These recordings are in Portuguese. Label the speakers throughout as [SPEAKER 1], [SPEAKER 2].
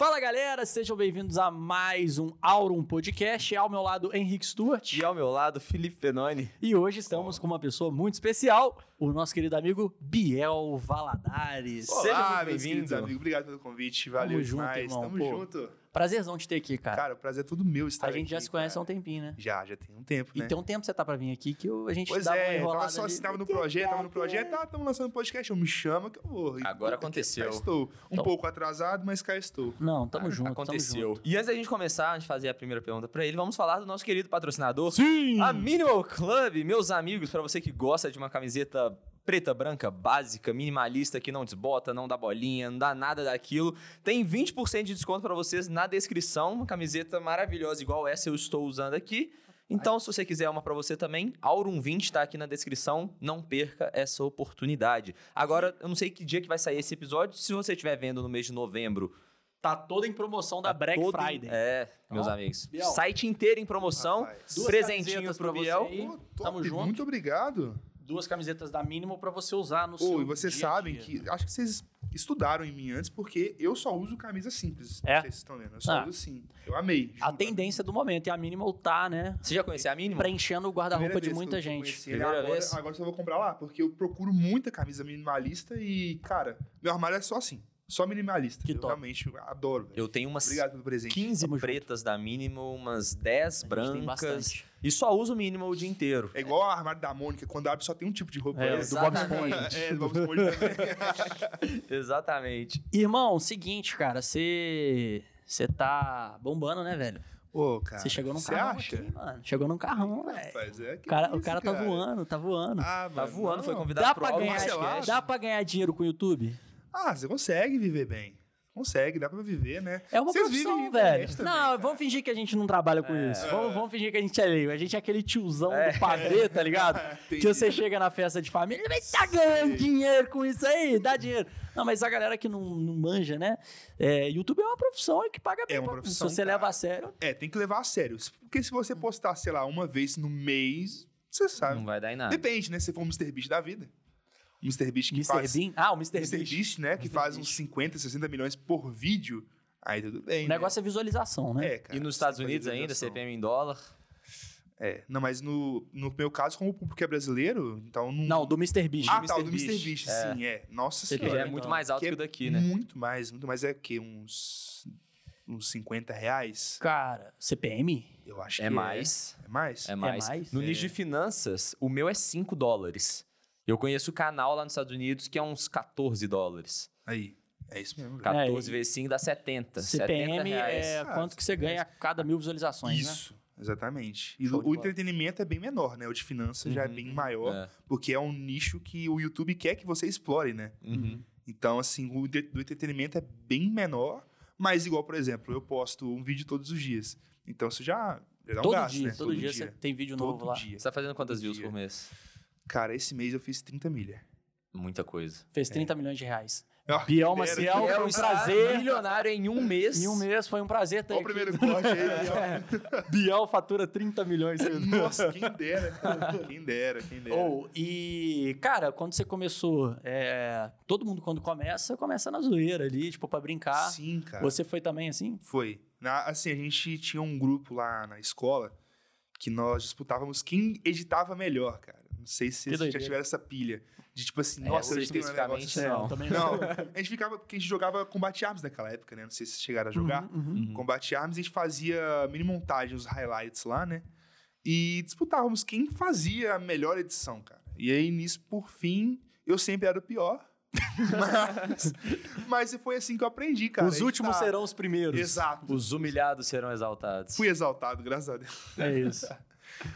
[SPEAKER 1] Fala galera, sejam bem-vindos a mais um Aurum Podcast. Ao meu lado, Henrique Stuart.
[SPEAKER 2] E ao meu lado, Felipe Penoni.
[SPEAKER 1] E hoje estamos com uma pessoa muito especial, o nosso querido amigo Biel Valadares.
[SPEAKER 2] Olá,
[SPEAKER 3] Seja
[SPEAKER 2] meus
[SPEAKER 3] bem-vindo.
[SPEAKER 2] queridos
[SPEAKER 3] amigo.
[SPEAKER 2] amigos.
[SPEAKER 3] Obrigado pelo convite. Valeu
[SPEAKER 1] Tamo junto,
[SPEAKER 3] demais.
[SPEAKER 1] irmão,
[SPEAKER 3] Tamo
[SPEAKER 1] pô.
[SPEAKER 3] junto.
[SPEAKER 1] Prazerzão de ter aqui, cara.
[SPEAKER 3] Cara, o prazer é todo meu estar
[SPEAKER 1] a gente já
[SPEAKER 3] aqui,
[SPEAKER 1] se conhece há
[SPEAKER 3] cara.
[SPEAKER 1] um tempinho, né?
[SPEAKER 3] Já, já tem um tempo,
[SPEAKER 1] E
[SPEAKER 3] né?
[SPEAKER 1] tem um tempo que você tá pra vir aqui que eu- a gente
[SPEAKER 3] Pois
[SPEAKER 1] dava uma
[SPEAKER 3] é,
[SPEAKER 1] enrolada
[SPEAKER 3] tava só
[SPEAKER 1] ali.
[SPEAKER 3] assinava no projeto, tava no projeto, ah, tamo lançando podcast, eu me chama que eu vou. E,
[SPEAKER 2] Agora
[SPEAKER 3] puta,
[SPEAKER 2] aconteceu.
[SPEAKER 3] Cá estou. Um
[SPEAKER 1] Então-
[SPEAKER 3] pouco atrasado, mas cá estou.
[SPEAKER 1] Não, tamo junto,
[SPEAKER 2] Ah, Aconteceu. E antes da gente começar, antes de fazer a primeira pergunta pra ele, vamos falar do nosso querido patrocinador,
[SPEAKER 1] tamo junto. Sim!
[SPEAKER 2] a Minimal Club. Meus amigos, pra você que gosta de uma camiseta preta, branca, básica, minimalista, que não desbota, não dá bolinha, não dá nada daquilo, tem 20% de desconto pra vocês na descrição. Uma camiseta maravilhosa igual essa eu estou usando aqui. Então, se você quiser uma pra você também, Aurum 20 tá aqui na descrição. Não perca essa oportunidade. Agora, eu não sei que dia que vai sair esse episódio. Se você estiver vendo no mês de novembro,
[SPEAKER 1] Tá toda em promoção da
[SPEAKER 2] Tá
[SPEAKER 1] Black
[SPEAKER 2] todo-
[SPEAKER 1] Friday.
[SPEAKER 2] É, meus
[SPEAKER 1] Ó,
[SPEAKER 2] amigos.
[SPEAKER 1] Biel.
[SPEAKER 2] Site inteiro em promoção.
[SPEAKER 3] Rapaz.
[SPEAKER 1] Duas
[SPEAKER 2] presentinho
[SPEAKER 1] camisetas
[SPEAKER 2] pro
[SPEAKER 1] pra
[SPEAKER 2] Biel.
[SPEAKER 1] você aí.
[SPEAKER 3] Pô, top,
[SPEAKER 1] Tamo junto.
[SPEAKER 3] Muito obrigado.
[SPEAKER 1] Duas camisetas da Minimal pra você usar no seu
[SPEAKER 3] Ou, e vocês
[SPEAKER 1] dia a
[SPEAKER 3] sabem
[SPEAKER 1] dia.
[SPEAKER 3] que. Acho que vocês estudaram em mim antes, porque eu só uso camisa simples.
[SPEAKER 1] É?
[SPEAKER 3] Vocês estão vendo? Eu só
[SPEAKER 1] Ah.
[SPEAKER 3] uso sim. Eu amei.
[SPEAKER 1] A
[SPEAKER 3] juro.
[SPEAKER 1] tendência do momento e a Minimal tá, né?
[SPEAKER 2] Você já conhecia a mínima?
[SPEAKER 1] Preenchendo o guarda-roupa
[SPEAKER 3] Primeira
[SPEAKER 1] de
[SPEAKER 3] vez que
[SPEAKER 1] muita
[SPEAKER 3] eu
[SPEAKER 1] gente.
[SPEAKER 3] conheci ele,
[SPEAKER 2] Primeira
[SPEAKER 3] agora,
[SPEAKER 2] vez.
[SPEAKER 3] agora eu só vou comprar lá, porque eu procuro muita camisa minimalista e, cara, meu armário é só assim. Só minimalista.
[SPEAKER 1] Que
[SPEAKER 3] eu
[SPEAKER 1] top.
[SPEAKER 3] realmente adoro, velho.
[SPEAKER 2] Eu tenho umas
[SPEAKER 3] Obrigado pelo presente.
[SPEAKER 2] 15
[SPEAKER 1] Tamo junto.
[SPEAKER 2] pretas da mínima, umas 10
[SPEAKER 1] A gente tem
[SPEAKER 2] brancas.
[SPEAKER 1] bastante.
[SPEAKER 2] E só uso o mínimo o dia inteiro.
[SPEAKER 3] É igual o armário da Mônica, quando abre só tem um tipo de roupa.
[SPEAKER 1] É,
[SPEAKER 3] né? do Bob
[SPEAKER 2] exatamente.
[SPEAKER 3] Esponja. É, do Bob Esponja também.
[SPEAKER 2] Exatamente.
[SPEAKER 1] Irmão, seguinte, cara, você. Você tá bombando, né, velho?
[SPEAKER 3] Ô, cara.
[SPEAKER 1] Você chegou num
[SPEAKER 3] você
[SPEAKER 1] carrão
[SPEAKER 3] acha?
[SPEAKER 1] aqui, né, mano. Chegou num carrão, velho.
[SPEAKER 3] Rapaz, é que
[SPEAKER 1] O cara, o
[SPEAKER 3] isso,
[SPEAKER 1] cara tá voando, tá voando.
[SPEAKER 3] Ah,
[SPEAKER 2] Tá
[SPEAKER 3] mano,
[SPEAKER 2] voando, foi
[SPEAKER 3] não.
[SPEAKER 2] convidado
[SPEAKER 1] dá,
[SPEAKER 2] pro
[SPEAKER 1] pra
[SPEAKER 2] Aurum
[SPEAKER 1] ganhar, é.
[SPEAKER 2] Podcast.
[SPEAKER 1] dá pra ganhar dinheiro com o YouTube?
[SPEAKER 3] Ah, você consegue viver bem. Consegue, dá pra viver, né?
[SPEAKER 1] É uma
[SPEAKER 3] Vocês vivem
[SPEAKER 1] profissão,
[SPEAKER 3] na internet
[SPEAKER 1] velho.
[SPEAKER 3] também,
[SPEAKER 1] não,
[SPEAKER 3] cara. É.
[SPEAKER 1] vamos fingir que a gente não trabalha com isso. Vamos, vamos fingir que a gente é leigo. A gente é aquele tiozão do pavê, tá ligado? que
[SPEAKER 3] Entendi.
[SPEAKER 1] você chega na festa de família, mas tá ganhando dinheiro com isso aí, dá dinheiro. Não, mas a galera que não, não manja, né? É, YouTube é uma profissão e que paga bem.
[SPEAKER 3] É uma
[SPEAKER 1] pra-
[SPEAKER 3] profissão,
[SPEAKER 1] Se você
[SPEAKER 3] cara.
[SPEAKER 1] leva a sério,
[SPEAKER 3] É, tem que levar a sério. Porque se você postar, sei lá, uma vez no mês, você sabe.
[SPEAKER 2] Não vai dar em nada.
[SPEAKER 3] Depende, né? Se for o Mr. Beast da vida. O Mr. Beast que
[SPEAKER 1] Mr.
[SPEAKER 3] faz...
[SPEAKER 1] Bean. Ah, o Mr.
[SPEAKER 3] Mr.
[SPEAKER 1] Bean.
[SPEAKER 3] Beast, né? Que
[SPEAKER 1] Mr.
[SPEAKER 3] faz
[SPEAKER 1] Beast.
[SPEAKER 3] uns 50, 60 milhões por vídeo. Aí tudo bem,
[SPEAKER 1] O negócio é visualização,
[SPEAKER 3] né?
[SPEAKER 1] né?
[SPEAKER 3] É, cara.
[SPEAKER 2] E nos Estados
[SPEAKER 3] Você
[SPEAKER 2] Unidos
[SPEAKER 3] faz
[SPEAKER 2] ainda,
[SPEAKER 3] visualização.
[SPEAKER 2] CPM em dólar.
[SPEAKER 3] É, não, mas no, no meu caso, como o público é brasileiro, então não...
[SPEAKER 1] Não, do Mr. Bean.
[SPEAKER 3] Ah,
[SPEAKER 2] do
[SPEAKER 3] tá, o
[SPEAKER 2] Mr.
[SPEAKER 3] do Mr.
[SPEAKER 2] Beast.
[SPEAKER 3] Beast, sim, é. Nossa
[SPEAKER 1] Você
[SPEAKER 2] Que
[SPEAKER 1] tem
[SPEAKER 3] senhora.
[SPEAKER 2] já é
[SPEAKER 1] Então,
[SPEAKER 2] muito mais alto que,
[SPEAKER 3] é
[SPEAKER 2] o daqui, né?
[SPEAKER 3] Muito mais, muito mais. É que uns... Uns 50 reais?
[SPEAKER 1] Cara, CPM?
[SPEAKER 3] Eu acho
[SPEAKER 2] É
[SPEAKER 3] que
[SPEAKER 2] mais.
[SPEAKER 3] É mais?
[SPEAKER 2] É mais.
[SPEAKER 1] mais?
[SPEAKER 2] No
[SPEAKER 1] É.
[SPEAKER 2] nicho de finanças, o meu é 5 dólares. Eu conheço o canal lá nos Estados Unidos que é uns 14 dólares.
[SPEAKER 3] Aí, é isso mesmo. velho.
[SPEAKER 1] É,
[SPEAKER 2] 14
[SPEAKER 1] e-
[SPEAKER 2] vezes 5 dá 70. 70
[SPEAKER 1] CPM
[SPEAKER 2] Tá, reais.
[SPEAKER 1] é
[SPEAKER 3] Ah,
[SPEAKER 1] quanto que você
[SPEAKER 3] 70
[SPEAKER 1] ganha a cada mil visualizações, né?
[SPEAKER 3] Isso, exatamente. E
[SPEAKER 1] Show
[SPEAKER 3] o
[SPEAKER 1] de bola.
[SPEAKER 3] entretenimento é bem menor, né? O de finanças já é
[SPEAKER 2] Uhum.
[SPEAKER 3] bem maior,
[SPEAKER 2] É.
[SPEAKER 3] porque é um nicho que o YouTube quer que você explore, né?
[SPEAKER 2] Uhum.
[SPEAKER 3] Então, assim, o entre- do entretenimento é bem menor, mas igual, por exemplo, eu posto um vídeo todos os dias. Então, isso já, já dá um
[SPEAKER 1] Todo,
[SPEAKER 3] gasto,
[SPEAKER 1] dia,
[SPEAKER 3] né?
[SPEAKER 1] todo, dia, você tem vídeo novo
[SPEAKER 3] Todo
[SPEAKER 1] lá.
[SPEAKER 3] dia.
[SPEAKER 2] Você tá fazendo quantas
[SPEAKER 3] Todo
[SPEAKER 2] views
[SPEAKER 3] dia.
[SPEAKER 2] por mês?
[SPEAKER 3] Cara, esse mês eu fiz 30 milha.
[SPEAKER 2] Muita coisa.
[SPEAKER 3] É.
[SPEAKER 2] É
[SPEAKER 1] Fez 30 milhões de reais.
[SPEAKER 3] Ah,
[SPEAKER 1] Biel
[SPEAKER 3] que
[SPEAKER 1] Maciel,
[SPEAKER 3] merda.
[SPEAKER 1] foi um prazer.
[SPEAKER 2] milionário em um mês.
[SPEAKER 1] Em um mês foi um prazer ter
[SPEAKER 3] Olha o
[SPEAKER 1] aqui.
[SPEAKER 3] primeiro corte aí.
[SPEAKER 1] É. Biel fatura 30 milhões.
[SPEAKER 3] ó. Nossa, quem dera. Quem dera, quem dera.
[SPEAKER 1] Ou, e, cara, quando você começou, é, todo mundo quando começa, começa na zoeira ali, tipo, pra brincar.
[SPEAKER 3] Sim, cara.
[SPEAKER 1] Você foi também assim?
[SPEAKER 3] Foi. Na- assim, a gente tinha um grupo lá na escola que nós disputávamos quem editava melhor, cara. Não sei
[SPEAKER 1] Que
[SPEAKER 3] se vocês já
[SPEAKER 1] doideira.
[SPEAKER 3] tiveram essa pilha. De tipo assim,
[SPEAKER 2] É,
[SPEAKER 3] nossa, eu
[SPEAKER 2] eu
[SPEAKER 3] editei um
[SPEAKER 2] especificamente né?
[SPEAKER 3] negócio.
[SPEAKER 1] eu
[SPEAKER 2] não.
[SPEAKER 1] também
[SPEAKER 3] Não, a gente ficava, porque a gente jogava combate arms naquela época, né? Não sei se vocês chegaram a jogar.
[SPEAKER 1] Uhum, uhum.
[SPEAKER 2] Uhum.
[SPEAKER 3] Combate arms, a gente fazia mini montagem, os highlights lá, né? E disputávamos quem fazia a melhor edição, cara. E aí, nisso, por fim, eu sempre era o pior. mas, mas foi assim que eu aprendi, cara. tá.
[SPEAKER 1] os últimos
[SPEAKER 3] Editar.
[SPEAKER 1] serão os primeiros.
[SPEAKER 3] Exato.
[SPEAKER 2] Os humilhados serão exaltados.
[SPEAKER 3] Fui exaltado, graças a Deus.
[SPEAKER 1] É isso.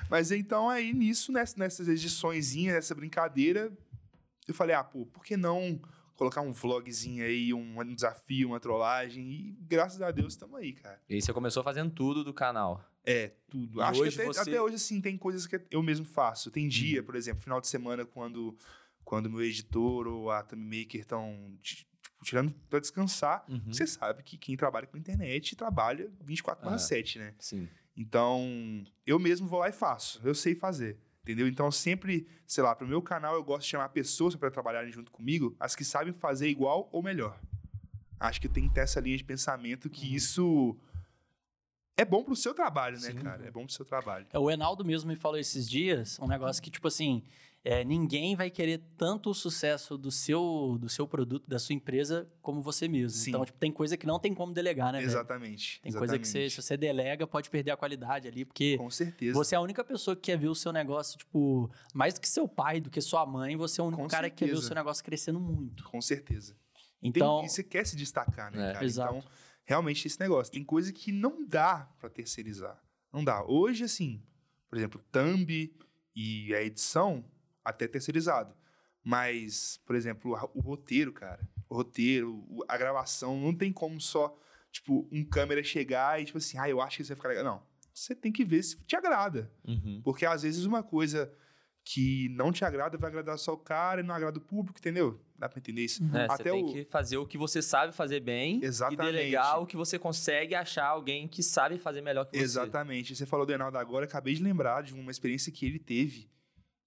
[SPEAKER 3] Mas então aí nisso, ness- nessas ediçõezinhas, nessa brincadeira, eu falei, ah, pô, por que não colocar um vlogzinho aí, um, um desafio, uma trollagem? E graças a Deus estamos aí, cara.
[SPEAKER 2] E aí você começou fazendo tudo do canal.
[SPEAKER 3] É, tudo.
[SPEAKER 2] E
[SPEAKER 3] Acho
[SPEAKER 2] hoje
[SPEAKER 3] que até,
[SPEAKER 2] você- Uhum.
[SPEAKER 3] até hoje, assim, tem coisas que eu mesmo faço. Tem dia, por exemplo, final de semana, quando quando meu editor ou a Thumb Maker estão tirando pra descansar.
[SPEAKER 2] Uhum.
[SPEAKER 3] Você sabe que quem trabalha com internet trabalha 24
[SPEAKER 2] Ah.
[SPEAKER 3] 7, né?
[SPEAKER 2] Sim.
[SPEAKER 3] Então, eu mesmo vou lá e faço. Eu sei fazer. Entendeu? Então, sempre, sei lá, pro meu canal eu gosto de chamar pessoas para trabalharem junto comigo, as que sabem fazer igual ou melhor. Acho que tem que ter essa linha de pensamento
[SPEAKER 1] Uhum.
[SPEAKER 3] que isso é bom pro seu trabalho, né,
[SPEAKER 2] Sim.
[SPEAKER 3] cara? É bom pro seu trabalho.
[SPEAKER 1] É, O Enaldo mesmo me falou esses dias um negócio que, tipo assim, é, ninguém vai querer tanto o sucesso do seu, do seu produto, da sua empresa, como você mesmo.
[SPEAKER 3] Sim.
[SPEAKER 1] Então, tipo, tem coisa que não tem como delegar, né, velho?
[SPEAKER 3] exatamente.
[SPEAKER 1] Tem coisa que você,
[SPEAKER 3] exatamente.
[SPEAKER 1] se você delega, pode perder a qualidade ali, porque
[SPEAKER 3] Com certeza.
[SPEAKER 1] você é a única pessoa que quer ver o seu negócio, tipo, mais do que seu pai, do que sua mãe, você é o único
[SPEAKER 3] Com
[SPEAKER 1] cara que quer ver o
[SPEAKER 3] certeza.
[SPEAKER 1] seu negócio crescendo muito.
[SPEAKER 3] Com certeza. Tem-
[SPEAKER 1] Então,
[SPEAKER 3] e você quer se destacar, né,
[SPEAKER 2] É.
[SPEAKER 3] cara?
[SPEAKER 1] Exato.
[SPEAKER 3] Então, realmente, esse negócio. Tem coisa que não dá pra terceirizar. Não dá. Hoje, assim, por exemplo, thumb e a edição, até terceirizado. Mas, por exemplo, a- o roteiro, cara. O roteiro, o- a gravação, não tem como só, tipo, um câmera chegar e, tipo assim, ah, eu acho que isso vai ficar legal. Não. Você tem que ver se te agrada.
[SPEAKER 2] Uhum.
[SPEAKER 3] Porque às vezes uma coisa que não te agrada vai agradar só o cara e não agrada o público, entendeu? Dá pra entender isso?
[SPEAKER 2] É, você
[SPEAKER 3] Até
[SPEAKER 2] tem
[SPEAKER 3] o-
[SPEAKER 2] que fazer o que você sabe fazer bem
[SPEAKER 3] Exatamente.
[SPEAKER 2] e delegar o que você consegue achar alguém que sabe fazer melhor que você.
[SPEAKER 3] Exatamente. Você falou do Enaldo agora, acabei de lembrar de uma experiência que ele teve,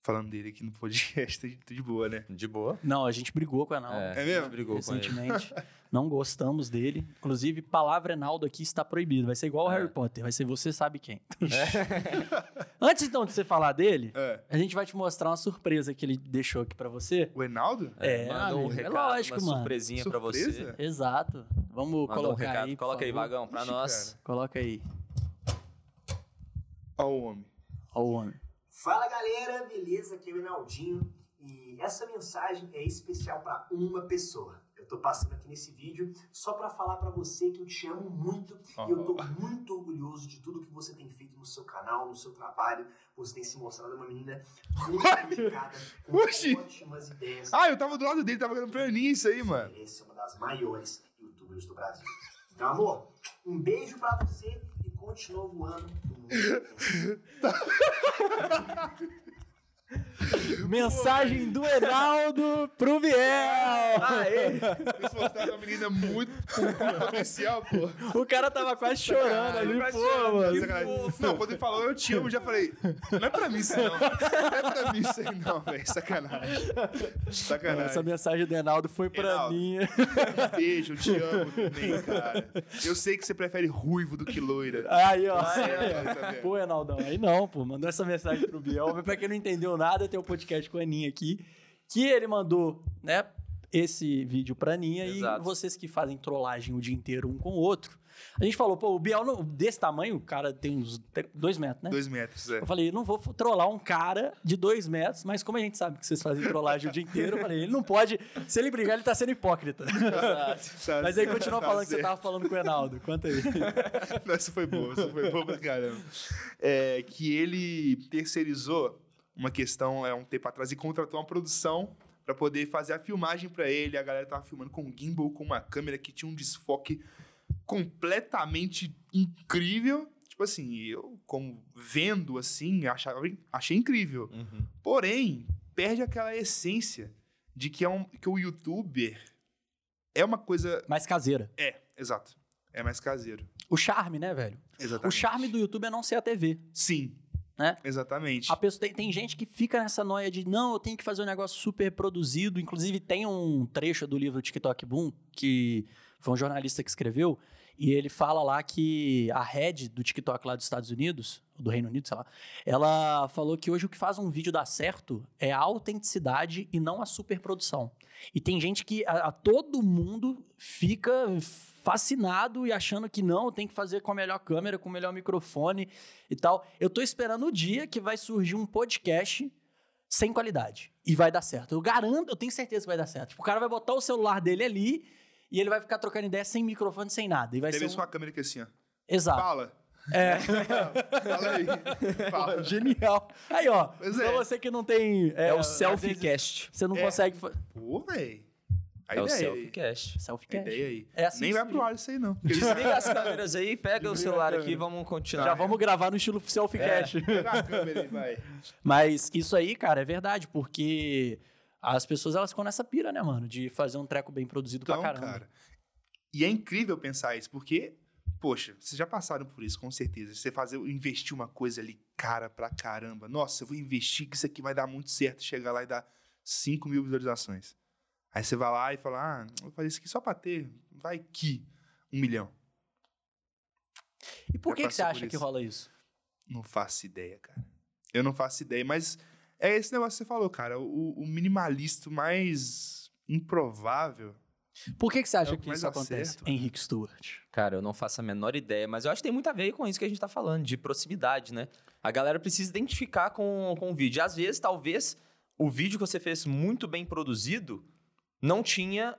[SPEAKER 3] falando dele aqui no podcast, tá de- tá de boa, né?
[SPEAKER 2] De boa.
[SPEAKER 1] não, a gente brigou com o Enaldo.
[SPEAKER 3] É mesmo?
[SPEAKER 2] Brigou com ele.
[SPEAKER 1] recentemente. Não gostamos dele. Inclusive, palavra Enaldo aqui está proibido. Vai ser igual ao
[SPEAKER 2] É.
[SPEAKER 1] Harry Potter. Vai ser você sabe quem. Antes, então, de você falar dele,
[SPEAKER 3] É.
[SPEAKER 1] a gente vai te mostrar uma surpresa que ele deixou aqui pra você.
[SPEAKER 3] O Enaldo?
[SPEAKER 1] É,
[SPEAKER 2] Manda um
[SPEAKER 1] amigo, é
[SPEAKER 2] recado,
[SPEAKER 1] lógico,
[SPEAKER 2] uma
[SPEAKER 1] mano.
[SPEAKER 2] surpresinha pra você.
[SPEAKER 3] Surpresa?
[SPEAKER 1] Exato. Vamos
[SPEAKER 2] Manda um
[SPEAKER 1] colocar
[SPEAKER 2] recado.
[SPEAKER 1] aí. por
[SPEAKER 2] Coloca aí,
[SPEAKER 1] favor.
[SPEAKER 2] vagão, pra
[SPEAKER 3] Ixi,
[SPEAKER 2] nós.
[SPEAKER 3] cara.
[SPEAKER 1] Coloca aí.
[SPEAKER 3] Ó o homem.
[SPEAKER 1] Ó o homem.
[SPEAKER 4] Fala galera, beleza? Aqui é o Enaldinho e essa mensagem é especial para uma pessoa. Eu tô passando aqui nesse vídeo só para falar para você que eu te amo muito e eu tô muito orgulhoso de tudo que você tem feito no seu canal, no seu trabalho. Você tem se mostrado uma menina muito dedicada, com
[SPEAKER 3] Oxi!
[SPEAKER 4] ótimas ideias.
[SPEAKER 3] Ah, eu tava do lado dele, tava olhando pra mim isso aí, mano.
[SPEAKER 4] Essa é uma das maiores youtubers do Brasil. Então, amor, um beijo para você e continua voando no mundo.
[SPEAKER 1] Mensagem do Enaldo pro Biel.
[SPEAKER 2] Aê!
[SPEAKER 3] Eles mostraram uma menina muito com muito potencial, pô.
[SPEAKER 1] O cara tava quase chorando ali,
[SPEAKER 2] Quase
[SPEAKER 1] pô,
[SPEAKER 2] chorando.
[SPEAKER 1] mano.
[SPEAKER 2] Que
[SPEAKER 3] Sacanagem.
[SPEAKER 2] fofo.
[SPEAKER 3] Não, quando ele falou eu te amo, eu já falei, não é pra mim isso aí, não. Não é pra mim isso aí, não, velho. Sacanagem.
[SPEAKER 1] Essa
[SPEAKER 3] Sacanagem.
[SPEAKER 1] mensagem do Enaldo foi pra
[SPEAKER 3] Enaldo.
[SPEAKER 1] mim.
[SPEAKER 3] Beijo, eu te amo também, cara. Eu sei que você prefere ruivo do que loira.
[SPEAKER 1] Aí, ó.
[SPEAKER 3] Você ama, tá vendo?
[SPEAKER 1] Pô, Enaldão, aí não, pô. Mandou essa mensagem pro Biel. pra quem não entendeu nada, tem o podcast com a Aninha aqui. Que ele mandou, né? Esse vídeo pra Aninha
[SPEAKER 2] Exato.
[SPEAKER 1] e vocês que fazem trollagem o dia inteiro um com o outro. A gente falou, pô, o Biel não- desse tamanho, o cara tem uns tre- dois metros, né?
[SPEAKER 3] Dois metros, é.
[SPEAKER 1] Eu falei, não vou trollar um cara de dois metros, mas como a gente sabe que vocês fazem trollagem o dia inteiro, eu falei, ele não pode. Se ele brigar, ele tá sendo hipócrita.
[SPEAKER 3] Tá
[SPEAKER 1] Mas aí
[SPEAKER 3] certo,
[SPEAKER 1] continua
[SPEAKER 3] tá
[SPEAKER 1] falando que você
[SPEAKER 3] certo.
[SPEAKER 1] tava falando com o Enaldo. Conta aí.
[SPEAKER 3] Essa foi boa, essa foi boa pra caramba. É, que ele terceirizou uma questão é um tempo atrás e contratou uma produção pra poder fazer a filmagem pra ele. A galera tava filmando com um gimbal, com uma câmera que tinha um desfoque completamente incrível. Tipo assim, eu, como vendo assim, achava, achei incrível.
[SPEAKER 2] Uhum.
[SPEAKER 3] Porém, perde aquela essência de que, é um, que o youtuber é uma coisa.
[SPEAKER 1] Mais caseira.
[SPEAKER 3] É, exato. É mais caseiro.
[SPEAKER 1] O charme, né, velho? O
[SPEAKER 3] Exatamente.
[SPEAKER 1] charme do YouTube é não ser a TV.
[SPEAKER 3] Sim.
[SPEAKER 1] Né?
[SPEAKER 3] Exatamente.
[SPEAKER 1] A pessoa, tem, tem gente que fica nessa noia de não, eu tenho que fazer um negócio super produzido. Inclusive, tem um trecho do livro TikTok Boom, que foi um jornalista que escreveu, e ele fala lá que a rede do TikTok lá dos Estados Unidos, ou do Reino Unido, sei lá, ela falou que hoje o que faz um vídeo dar certo é a autenticidade e não a superprodução. E tem gente que a, a todo mundo fica fascinado e achando que não, tem que fazer com a melhor câmera, com o melhor microfone e tal. Eu tô esperando o dia que vai surgir um podcast sem qualidade e vai dar certo. Eu garanto, eu tenho certeza que vai dar certo. Tipo, o cara vai botar o celular dele ali e ele vai ficar trocando ideia sem microfone, sem nada. E vai
[SPEAKER 3] Tem
[SPEAKER 1] ser
[SPEAKER 3] vezes
[SPEAKER 1] um- Tá.
[SPEAKER 3] com a câmera aqui assim, ó.
[SPEAKER 1] Exato. É.
[SPEAKER 3] Fala. Fala aí. Fala.
[SPEAKER 1] Genial. Aí, ó.
[SPEAKER 3] Pois
[SPEAKER 1] pra
[SPEAKER 3] é.
[SPEAKER 1] você que não tem.
[SPEAKER 2] É, o
[SPEAKER 1] às vezes
[SPEAKER 2] selfie-cast.
[SPEAKER 1] Você não
[SPEAKER 3] É.
[SPEAKER 1] consegue. fa-
[SPEAKER 3] Pô, véi. A
[SPEAKER 2] É o
[SPEAKER 3] ideia aí.
[SPEAKER 2] selfie-cast.
[SPEAKER 3] A
[SPEAKER 1] Selfie-cast.
[SPEAKER 3] ideia aí.
[SPEAKER 1] É assim
[SPEAKER 3] Nem
[SPEAKER 1] que assim.
[SPEAKER 3] vai pro ar isso aí, não.
[SPEAKER 2] Desliga as câmeras aí, pega o
[SPEAKER 3] Desliga
[SPEAKER 2] celular
[SPEAKER 3] a
[SPEAKER 2] aqui e
[SPEAKER 3] câmera.
[SPEAKER 2] vamos continuar.
[SPEAKER 1] Já vamos gravar no estilo
[SPEAKER 3] É.
[SPEAKER 1] selfie-cast.
[SPEAKER 3] Pega a câmera aí, vai.
[SPEAKER 1] Mas isso aí, cara, é verdade, porque as pessoas elas ficam nessa pira, né, mano? De fazer um treco bem produzido
[SPEAKER 3] Então,
[SPEAKER 1] pra caramba.
[SPEAKER 3] cara. E é incrível pensar isso, porque, poxa, vocês já passaram por isso, com certeza. Você fazer, investir uma coisa ali, cara pra caramba. Nossa, eu vou investir que isso aqui vai dar muito certo. Chegar lá e dar 5 mil visualizações. Aí você vai lá e fala, ah, vou fazer isso aqui só pra ter, vai que um milhão.
[SPEAKER 1] E por
[SPEAKER 3] Já
[SPEAKER 1] que, que você
[SPEAKER 3] passou por
[SPEAKER 1] acha que
[SPEAKER 3] isso.
[SPEAKER 1] rola isso?
[SPEAKER 3] Não faço ideia, cara. Eu não faço ideia, mas é esse negócio que você falou, cara. O, o minimalista mais improvável.
[SPEAKER 1] Por que, que você acha
[SPEAKER 3] É o que
[SPEAKER 1] que
[SPEAKER 3] mais
[SPEAKER 1] isso acontece,
[SPEAKER 3] acerto, né?
[SPEAKER 1] Henrique Stewart?
[SPEAKER 2] Cara, eu não faço a menor ideia, mas eu acho que tem muito a ver com isso que a gente tá falando, de proximidade, né? A galera precisa identificar com, com o vídeo. Às vezes, talvez, o vídeo que você fez muito bem produzido não tinha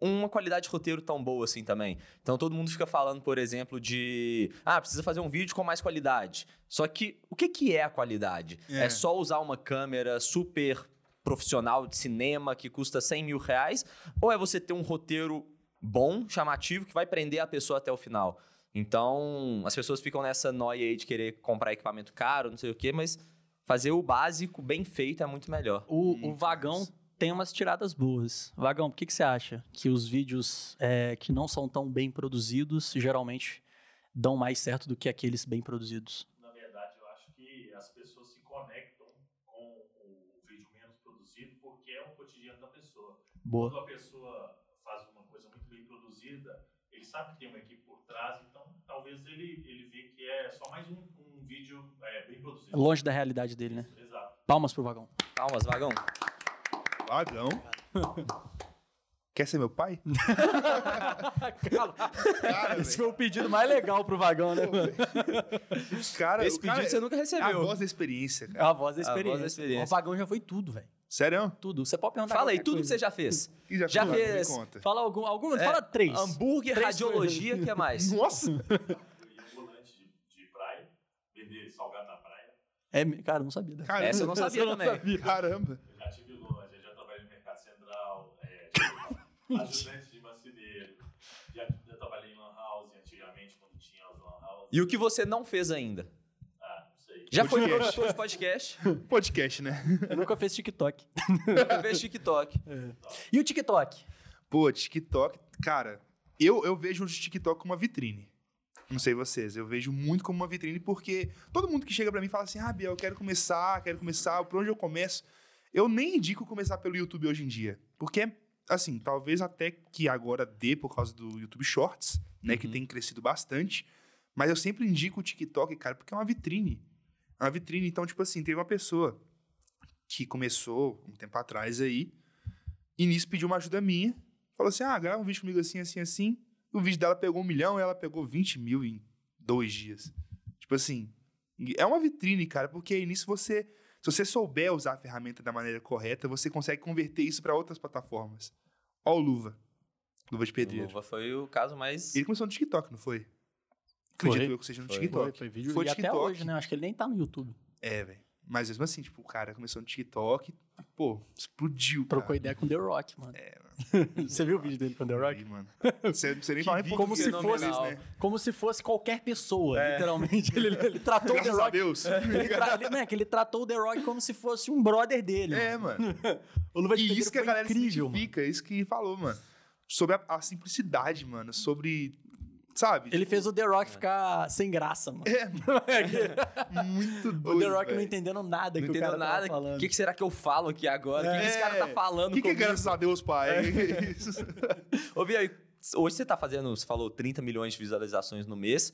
[SPEAKER 2] uma qualidade de roteiro tão boa assim também. Então todo mundo fica falando, por exemplo, de ah, precisa fazer um vídeo com mais qualidade. Só que o que, que é a qualidade? É.
[SPEAKER 3] É.
[SPEAKER 2] só usar uma câmera super profissional de cinema que custa 100 mil reais? Ou é você ter um roteiro bom, chamativo, que vai prender a pessoa até o final? Então, as pessoas ficam nessa noia aí de querer comprar equipamento caro, não sei o quê, mas fazer o básico bem feito é muito melhor.
[SPEAKER 1] O, o
[SPEAKER 3] Muito
[SPEAKER 1] Vagão
[SPEAKER 3] mais.
[SPEAKER 1] tem umas tiradas boas. Vagão, por que, que você acha que os vídeos é, que não são tão bem produzidos geralmente dão mais certo do que aqueles bem produzidos?
[SPEAKER 5] na verdade, eu acho que as pessoas se conectam com o vídeo menos produzido porque é o cotidiano da pessoa.
[SPEAKER 1] Boa.
[SPEAKER 5] Quando a pessoa faz uma coisa muito bem produzida, ele sabe que tem uma equipe por trás, então talvez ele, ele vê que é só mais um, um vídeo é, bem produzido.
[SPEAKER 1] Longe da realidade dele, né?
[SPEAKER 5] Exato.
[SPEAKER 1] Palmas pro Vagão.
[SPEAKER 2] Palmas, vagão.
[SPEAKER 3] Vagão. Quer ser meu pai? Cara,
[SPEAKER 1] Esse
[SPEAKER 3] velho.
[SPEAKER 1] foi o pedido mais legal pro Vagão, né, mano?
[SPEAKER 3] cara,
[SPEAKER 2] Esse
[SPEAKER 3] o cara
[SPEAKER 2] pedido você nunca
[SPEAKER 3] é a
[SPEAKER 2] recebeu.
[SPEAKER 3] voz da experiência, cara.
[SPEAKER 1] A É voz da
[SPEAKER 2] A voz da
[SPEAKER 1] experiência.
[SPEAKER 2] experiência.
[SPEAKER 1] O Vagão já foi tudo, velho.
[SPEAKER 3] Sério?
[SPEAKER 1] Tudo. Você pode perguntar
[SPEAKER 2] Fala aí,
[SPEAKER 1] qualquer
[SPEAKER 2] tudo que
[SPEAKER 1] coisa.
[SPEAKER 2] você já fez.
[SPEAKER 3] Ih,
[SPEAKER 2] Já
[SPEAKER 3] fui lá, me
[SPEAKER 2] fez.
[SPEAKER 3] Conta.
[SPEAKER 1] Fala algum, algum
[SPEAKER 2] É,
[SPEAKER 1] fala três.
[SPEAKER 2] Hambúrguer,
[SPEAKER 1] Três
[SPEAKER 2] radiologia, o que é mais?
[SPEAKER 3] Nossa!
[SPEAKER 5] E um volante de, de praia, vender salgado na praia.
[SPEAKER 1] É, cara, eu não sabia. dessa.
[SPEAKER 3] Caramba.
[SPEAKER 2] Essa eu não sabia
[SPEAKER 1] eu não
[SPEAKER 2] também.
[SPEAKER 1] sabia.
[SPEAKER 3] Caramba.
[SPEAKER 5] Eu já tive longe, eu já trabalhei no Mercado Central, é, já- ajudante de macineiro. Já, já trabalhei em Lan House antigamente, quando tinha as Lan House.
[SPEAKER 2] E o que você não fez ainda?
[SPEAKER 5] Ah, não sei.
[SPEAKER 2] Já foi
[SPEAKER 3] Podcast.
[SPEAKER 2] produtor de podcast,
[SPEAKER 3] Podcast, né?
[SPEAKER 1] Eu nunca fiz TikTok.
[SPEAKER 2] nunca fez TikTok.
[SPEAKER 1] E o TikTok?
[SPEAKER 3] Pô, TikTok, cara, eu, eu vejo o TikTok como uma vitrine. Não sei vocês, eu vejo muito como uma vitrine porque todo mundo que chega pra mim fala assim: "Ah, Biel, eu quero começar, quero começar, por onde eu começo?" Eu nem indico começar pelo YouTube hoje em dia, porque assim, talvez até que agora dê por causa do YouTube Shorts, né, que tem crescido bastante, mas eu sempre indico o TikTok, cara, porque é uma vitrine. É uma vitrine, então tipo assim, teve uma pessoa que começou um tempo atrás aí, e nisso pediu uma ajuda minha. Falou assim: ah, grava um vídeo comigo assim, assim, assim. O vídeo dela pegou um milhão e ela pegou 20 mil em dois dias. Tipo assim, é uma vitrine, cara, porque aí nisso você. Se você souber usar a ferramenta da maneira correta, você consegue converter isso para outras plataformas. Ó, o Luva. Luva de Pedreiro.
[SPEAKER 2] Luva foi o caso mais.
[SPEAKER 3] Ele começou no TikTok, não foi? Acredito eu que seja no
[SPEAKER 2] Foi.
[SPEAKER 3] TikTok.
[SPEAKER 1] vídeo
[SPEAKER 3] Foi
[SPEAKER 1] e até
[SPEAKER 3] TikTok.
[SPEAKER 1] hoje, né? Acho que ele nem tá no YouTube.
[SPEAKER 3] É, velho. Mas mesmo assim, tipo, o cara começou no TikTok, pô, explodiu. cara.
[SPEAKER 1] Trocou ideia com The Rock, mano.
[SPEAKER 3] É.
[SPEAKER 1] Você viu o vídeo dele com The Rock?
[SPEAKER 3] Aí, mano. Você, você nem
[SPEAKER 2] Que
[SPEAKER 3] fala em
[SPEAKER 2] vídeo
[SPEAKER 1] Como se
[SPEAKER 3] português,
[SPEAKER 1] fosse,
[SPEAKER 2] fenomenal.
[SPEAKER 3] né? É.
[SPEAKER 1] como se fosse qualquer pessoa, literalmente. Ele, ele tratou o The
[SPEAKER 3] Graças a
[SPEAKER 1] Rock. É.
[SPEAKER 3] Deus.
[SPEAKER 1] Ele, tra- ele- moleque, ele tratou o The Rock como se fosse um brother dele.
[SPEAKER 3] É,
[SPEAKER 1] mano.
[SPEAKER 3] mano.
[SPEAKER 1] O Luva de
[SPEAKER 3] E
[SPEAKER 1] Pedreiro
[SPEAKER 3] isso que a
[SPEAKER 1] foi
[SPEAKER 3] galera
[SPEAKER 1] incrível,
[SPEAKER 3] se identifica, é isso que falou, mano. Sobre a, a simplicidade, mano. Sobre. Sabe?
[SPEAKER 1] mano. Ele fez o The Rock ficar sem graça, mano.
[SPEAKER 3] É, mano, muito doido.
[SPEAKER 1] O The Rock
[SPEAKER 3] velho.
[SPEAKER 1] não entendendo nada
[SPEAKER 2] Não
[SPEAKER 1] que o
[SPEAKER 2] entendeu
[SPEAKER 1] cara tava
[SPEAKER 2] nada.
[SPEAKER 1] falando.
[SPEAKER 2] O que, que será que eu falo aqui agora? O que, que esse
[SPEAKER 3] É.
[SPEAKER 2] cara tá
[SPEAKER 3] O
[SPEAKER 2] falando
[SPEAKER 3] que, que é
[SPEAKER 2] comigo?
[SPEAKER 3] graças a Deus, pai? É isso.
[SPEAKER 2] Ô, Bia, hoje você tá fazendo, você falou 30 milhões de visualizações no mês,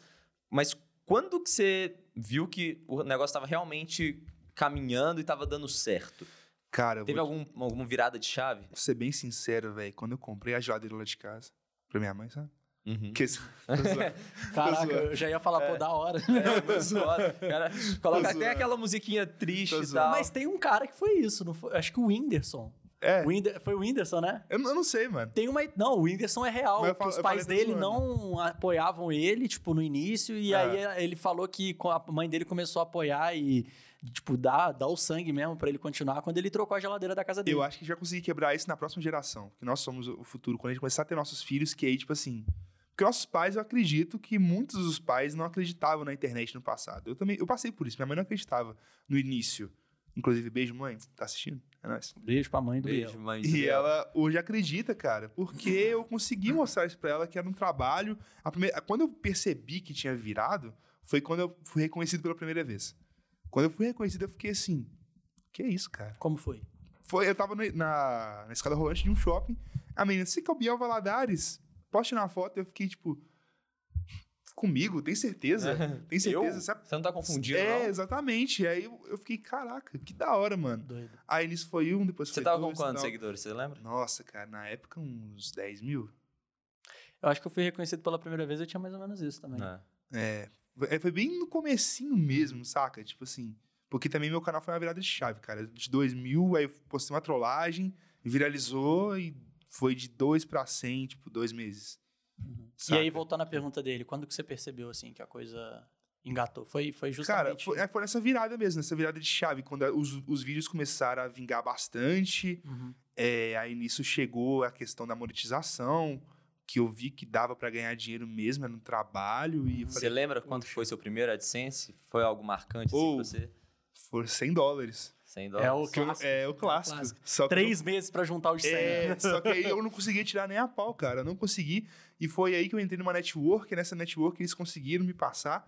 [SPEAKER 2] mas quando que você viu que o negócio tava realmente caminhando e tava dando certo?
[SPEAKER 3] Cara, eu
[SPEAKER 2] Teve
[SPEAKER 3] vou
[SPEAKER 2] algum, alguma virada de chave?
[SPEAKER 3] te- ser bem sincero, velho. Quando eu comprei a geladeira lá de casa, pra minha mãe, sabe?
[SPEAKER 2] Uhum.
[SPEAKER 3] Que esse- tô zoando.
[SPEAKER 1] Caraca,
[SPEAKER 3] Tô zoando.
[SPEAKER 1] eu já ia falar, pô, da hora.
[SPEAKER 2] É, muito foda. Cara, coloca até
[SPEAKER 3] zoando.
[SPEAKER 2] aquela musiquinha triste
[SPEAKER 3] Tô
[SPEAKER 2] e tal.
[SPEAKER 3] zoando.
[SPEAKER 1] Mas tem um cara que foi isso, não foi? Acho que o Whindersson.
[SPEAKER 3] É,
[SPEAKER 1] O Whinder- foi o Whindersson, né?
[SPEAKER 3] eu, não- eu não sei, mano.
[SPEAKER 1] Tem uma. Não, o Whindersson é real.
[SPEAKER 3] Mas eu
[SPEAKER 1] que
[SPEAKER 3] falo-
[SPEAKER 1] os
[SPEAKER 3] eu
[SPEAKER 1] pais
[SPEAKER 3] falei
[SPEAKER 1] dele
[SPEAKER 3] do
[SPEAKER 1] não apoiavam ele, tipo, no início. E
[SPEAKER 3] É.
[SPEAKER 1] aí eh, ele falou que com a mãe dele começou a apoiar e, tipo, dar, dar o sangue mesmo pra ele continuar quando ele trocou a geladeira da casa dele.
[SPEAKER 3] Eu acho que a gente vai conseguir quebrar isso na próxima geração. Que nós somos o futuro. Quando a gente começar a ter nossos filhos, que aí, tipo assim. Porque nossos pais, eu acredito que muitos dos pais não acreditavam na internet no passado. Eu também. Eu passei por isso. Minha mãe não acreditava no início. Inclusive, beijo, mãe. Tá assistindo? É nóis.
[SPEAKER 1] Beijo pra mãe do
[SPEAKER 2] Beijo,
[SPEAKER 1] Biel.
[SPEAKER 2] mãe.
[SPEAKER 3] E
[SPEAKER 2] Bia.
[SPEAKER 3] ela hoje acredita, cara, porque eu consegui mostrar isso pra ela que era um trabalho. A primeira, quando eu percebi que tinha virado, foi quando eu fui reconhecido pela primeira vez. Quando eu fui reconhecido, eu fiquei assim: que isso, cara?
[SPEAKER 1] Como foi?
[SPEAKER 3] Foi, eu tava no- na, na escada rolante de um shopping. A menina, você que é o Biel Valadares? Posso tirar uma foto? Eu fiquei tipo. Comigo? Tem certeza? Tem certeza?
[SPEAKER 2] Eu?
[SPEAKER 3] Sabe?
[SPEAKER 2] Você não tá confundindo,
[SPEAKER 3] É,
[SPEAKER 2] É, não?
[SPEAKER 3] exatamente. Aí eu, eu fiquei, caraca, que da hora, mano.
[SPEAKER 1] Doido.
[SPEAKER 3] Aí nisso foi um, depois
[SPEAKER 2] Você
[SPEAKER 3] foi
[SPEAKER 2] tava com
[SPEAKER 3] dois,
[SPEAKER 2] quantos
[SPEAKER 3] tal.
[SPEAKER 2] seguidores, você lembra?
[SPEAKER 3] Nossa, cara, na época uns 10 mil.
[SPEAKER 1] Eu acho que eu fui reconhecido pela primeira vez, eu tinha mais ou menos isso também.
[SPEAKER 2] É.
[SPEAKER 3] É. é, Foi bem no comecinho mesmo, saca? Tipo assim. Porque também meu canal foi uma virada de chave, cara. De 2000, aí eu postei uma trollagem, viralizou e foi de 2 pra 100, tipo, dois meses.
[SPEAKER 1] E
[SPEAKER 3] saca?
[SPEAKER 1] aí, voltando à pergunta dele, quando que você percebeu, assim, que a coisa engatou? Foi, foi
[SPEAKER 3] Cara,
[SPEAKER 1] justamente...
[SPEAKER 3] foi, é, foi nessa virada mesmo, nessa virada de chave, quando a- os, os vídeos começaram a vingar bastante.
[SPEAKER 1] Uhum.
[SPEAKER 3] É, aí nisso chegou a questão da monetização, que eu vi que dava pra ganhar dinheiro mesmo, era um trabalho. E eu
[SPEAKER 2] Você
[SPEAKER 3] falei,
[SPEAKER 2] lembra quanto foi seu primeiro AdSense? Foi algo marcante assim
[SPEAKER 3] Ou-
[SPEAKER 2] pra você?
[SPEAKER 3] foram 100 dólares.
[SPEAKER 2] 100
[SPEAKER 1] É
[SPEAKER 2] dólares.
[SPEAKER 1] o clássico.
[SPEAKER 3] É o clássico. Só que eu
[SPEAKER 1] Três meses pra juntar os 100. né?
[SPEAKER 3] É, só que aí eu não conseguia tirar nem a pau, cara. Eu não consegui. E foi aí que eu entrei numa network. e Nessa network eles conseguiram me passar.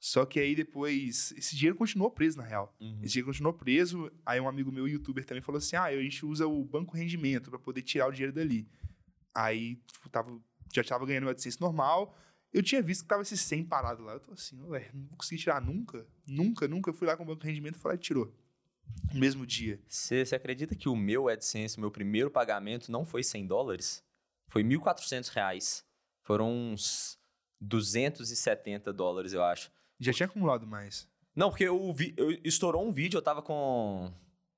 [SPEAKER 3] Só que aí depois. Esse dinheiro continuou preso, na real.
[SPEAKER 2] Uhum.
[SPEAKER 3] Esse dinheiro continuou preso. Aí um amigo meu, youtuber, também falou assim: ah, a gente usa o banco rendimento pra poder tirar o dinheiro dali. Aí, tipo, tava, já tava ganhando o AdSense normal. Eu tinha visto que tava esse 100 parado lá. Eu tô assim, ué, não vou conseguir tirar nunca. Nunca, nunca. Eu fui lá com o banco rendimento e falei, "Ah, tirou. No mesmo dia.
[SPEAKER 2] Você, você acredita que o meu AdSense, o meu primeiro pagamento, não foi 100 dólares? Foi 1.400 reais. Foram uns 270 dólares, eu acho.
[SPEAKER 3] Já tinha acumulado mais.
[SPEAKER 2] Não, porque eu, vi- eu- estourou um vídeo, eu tava com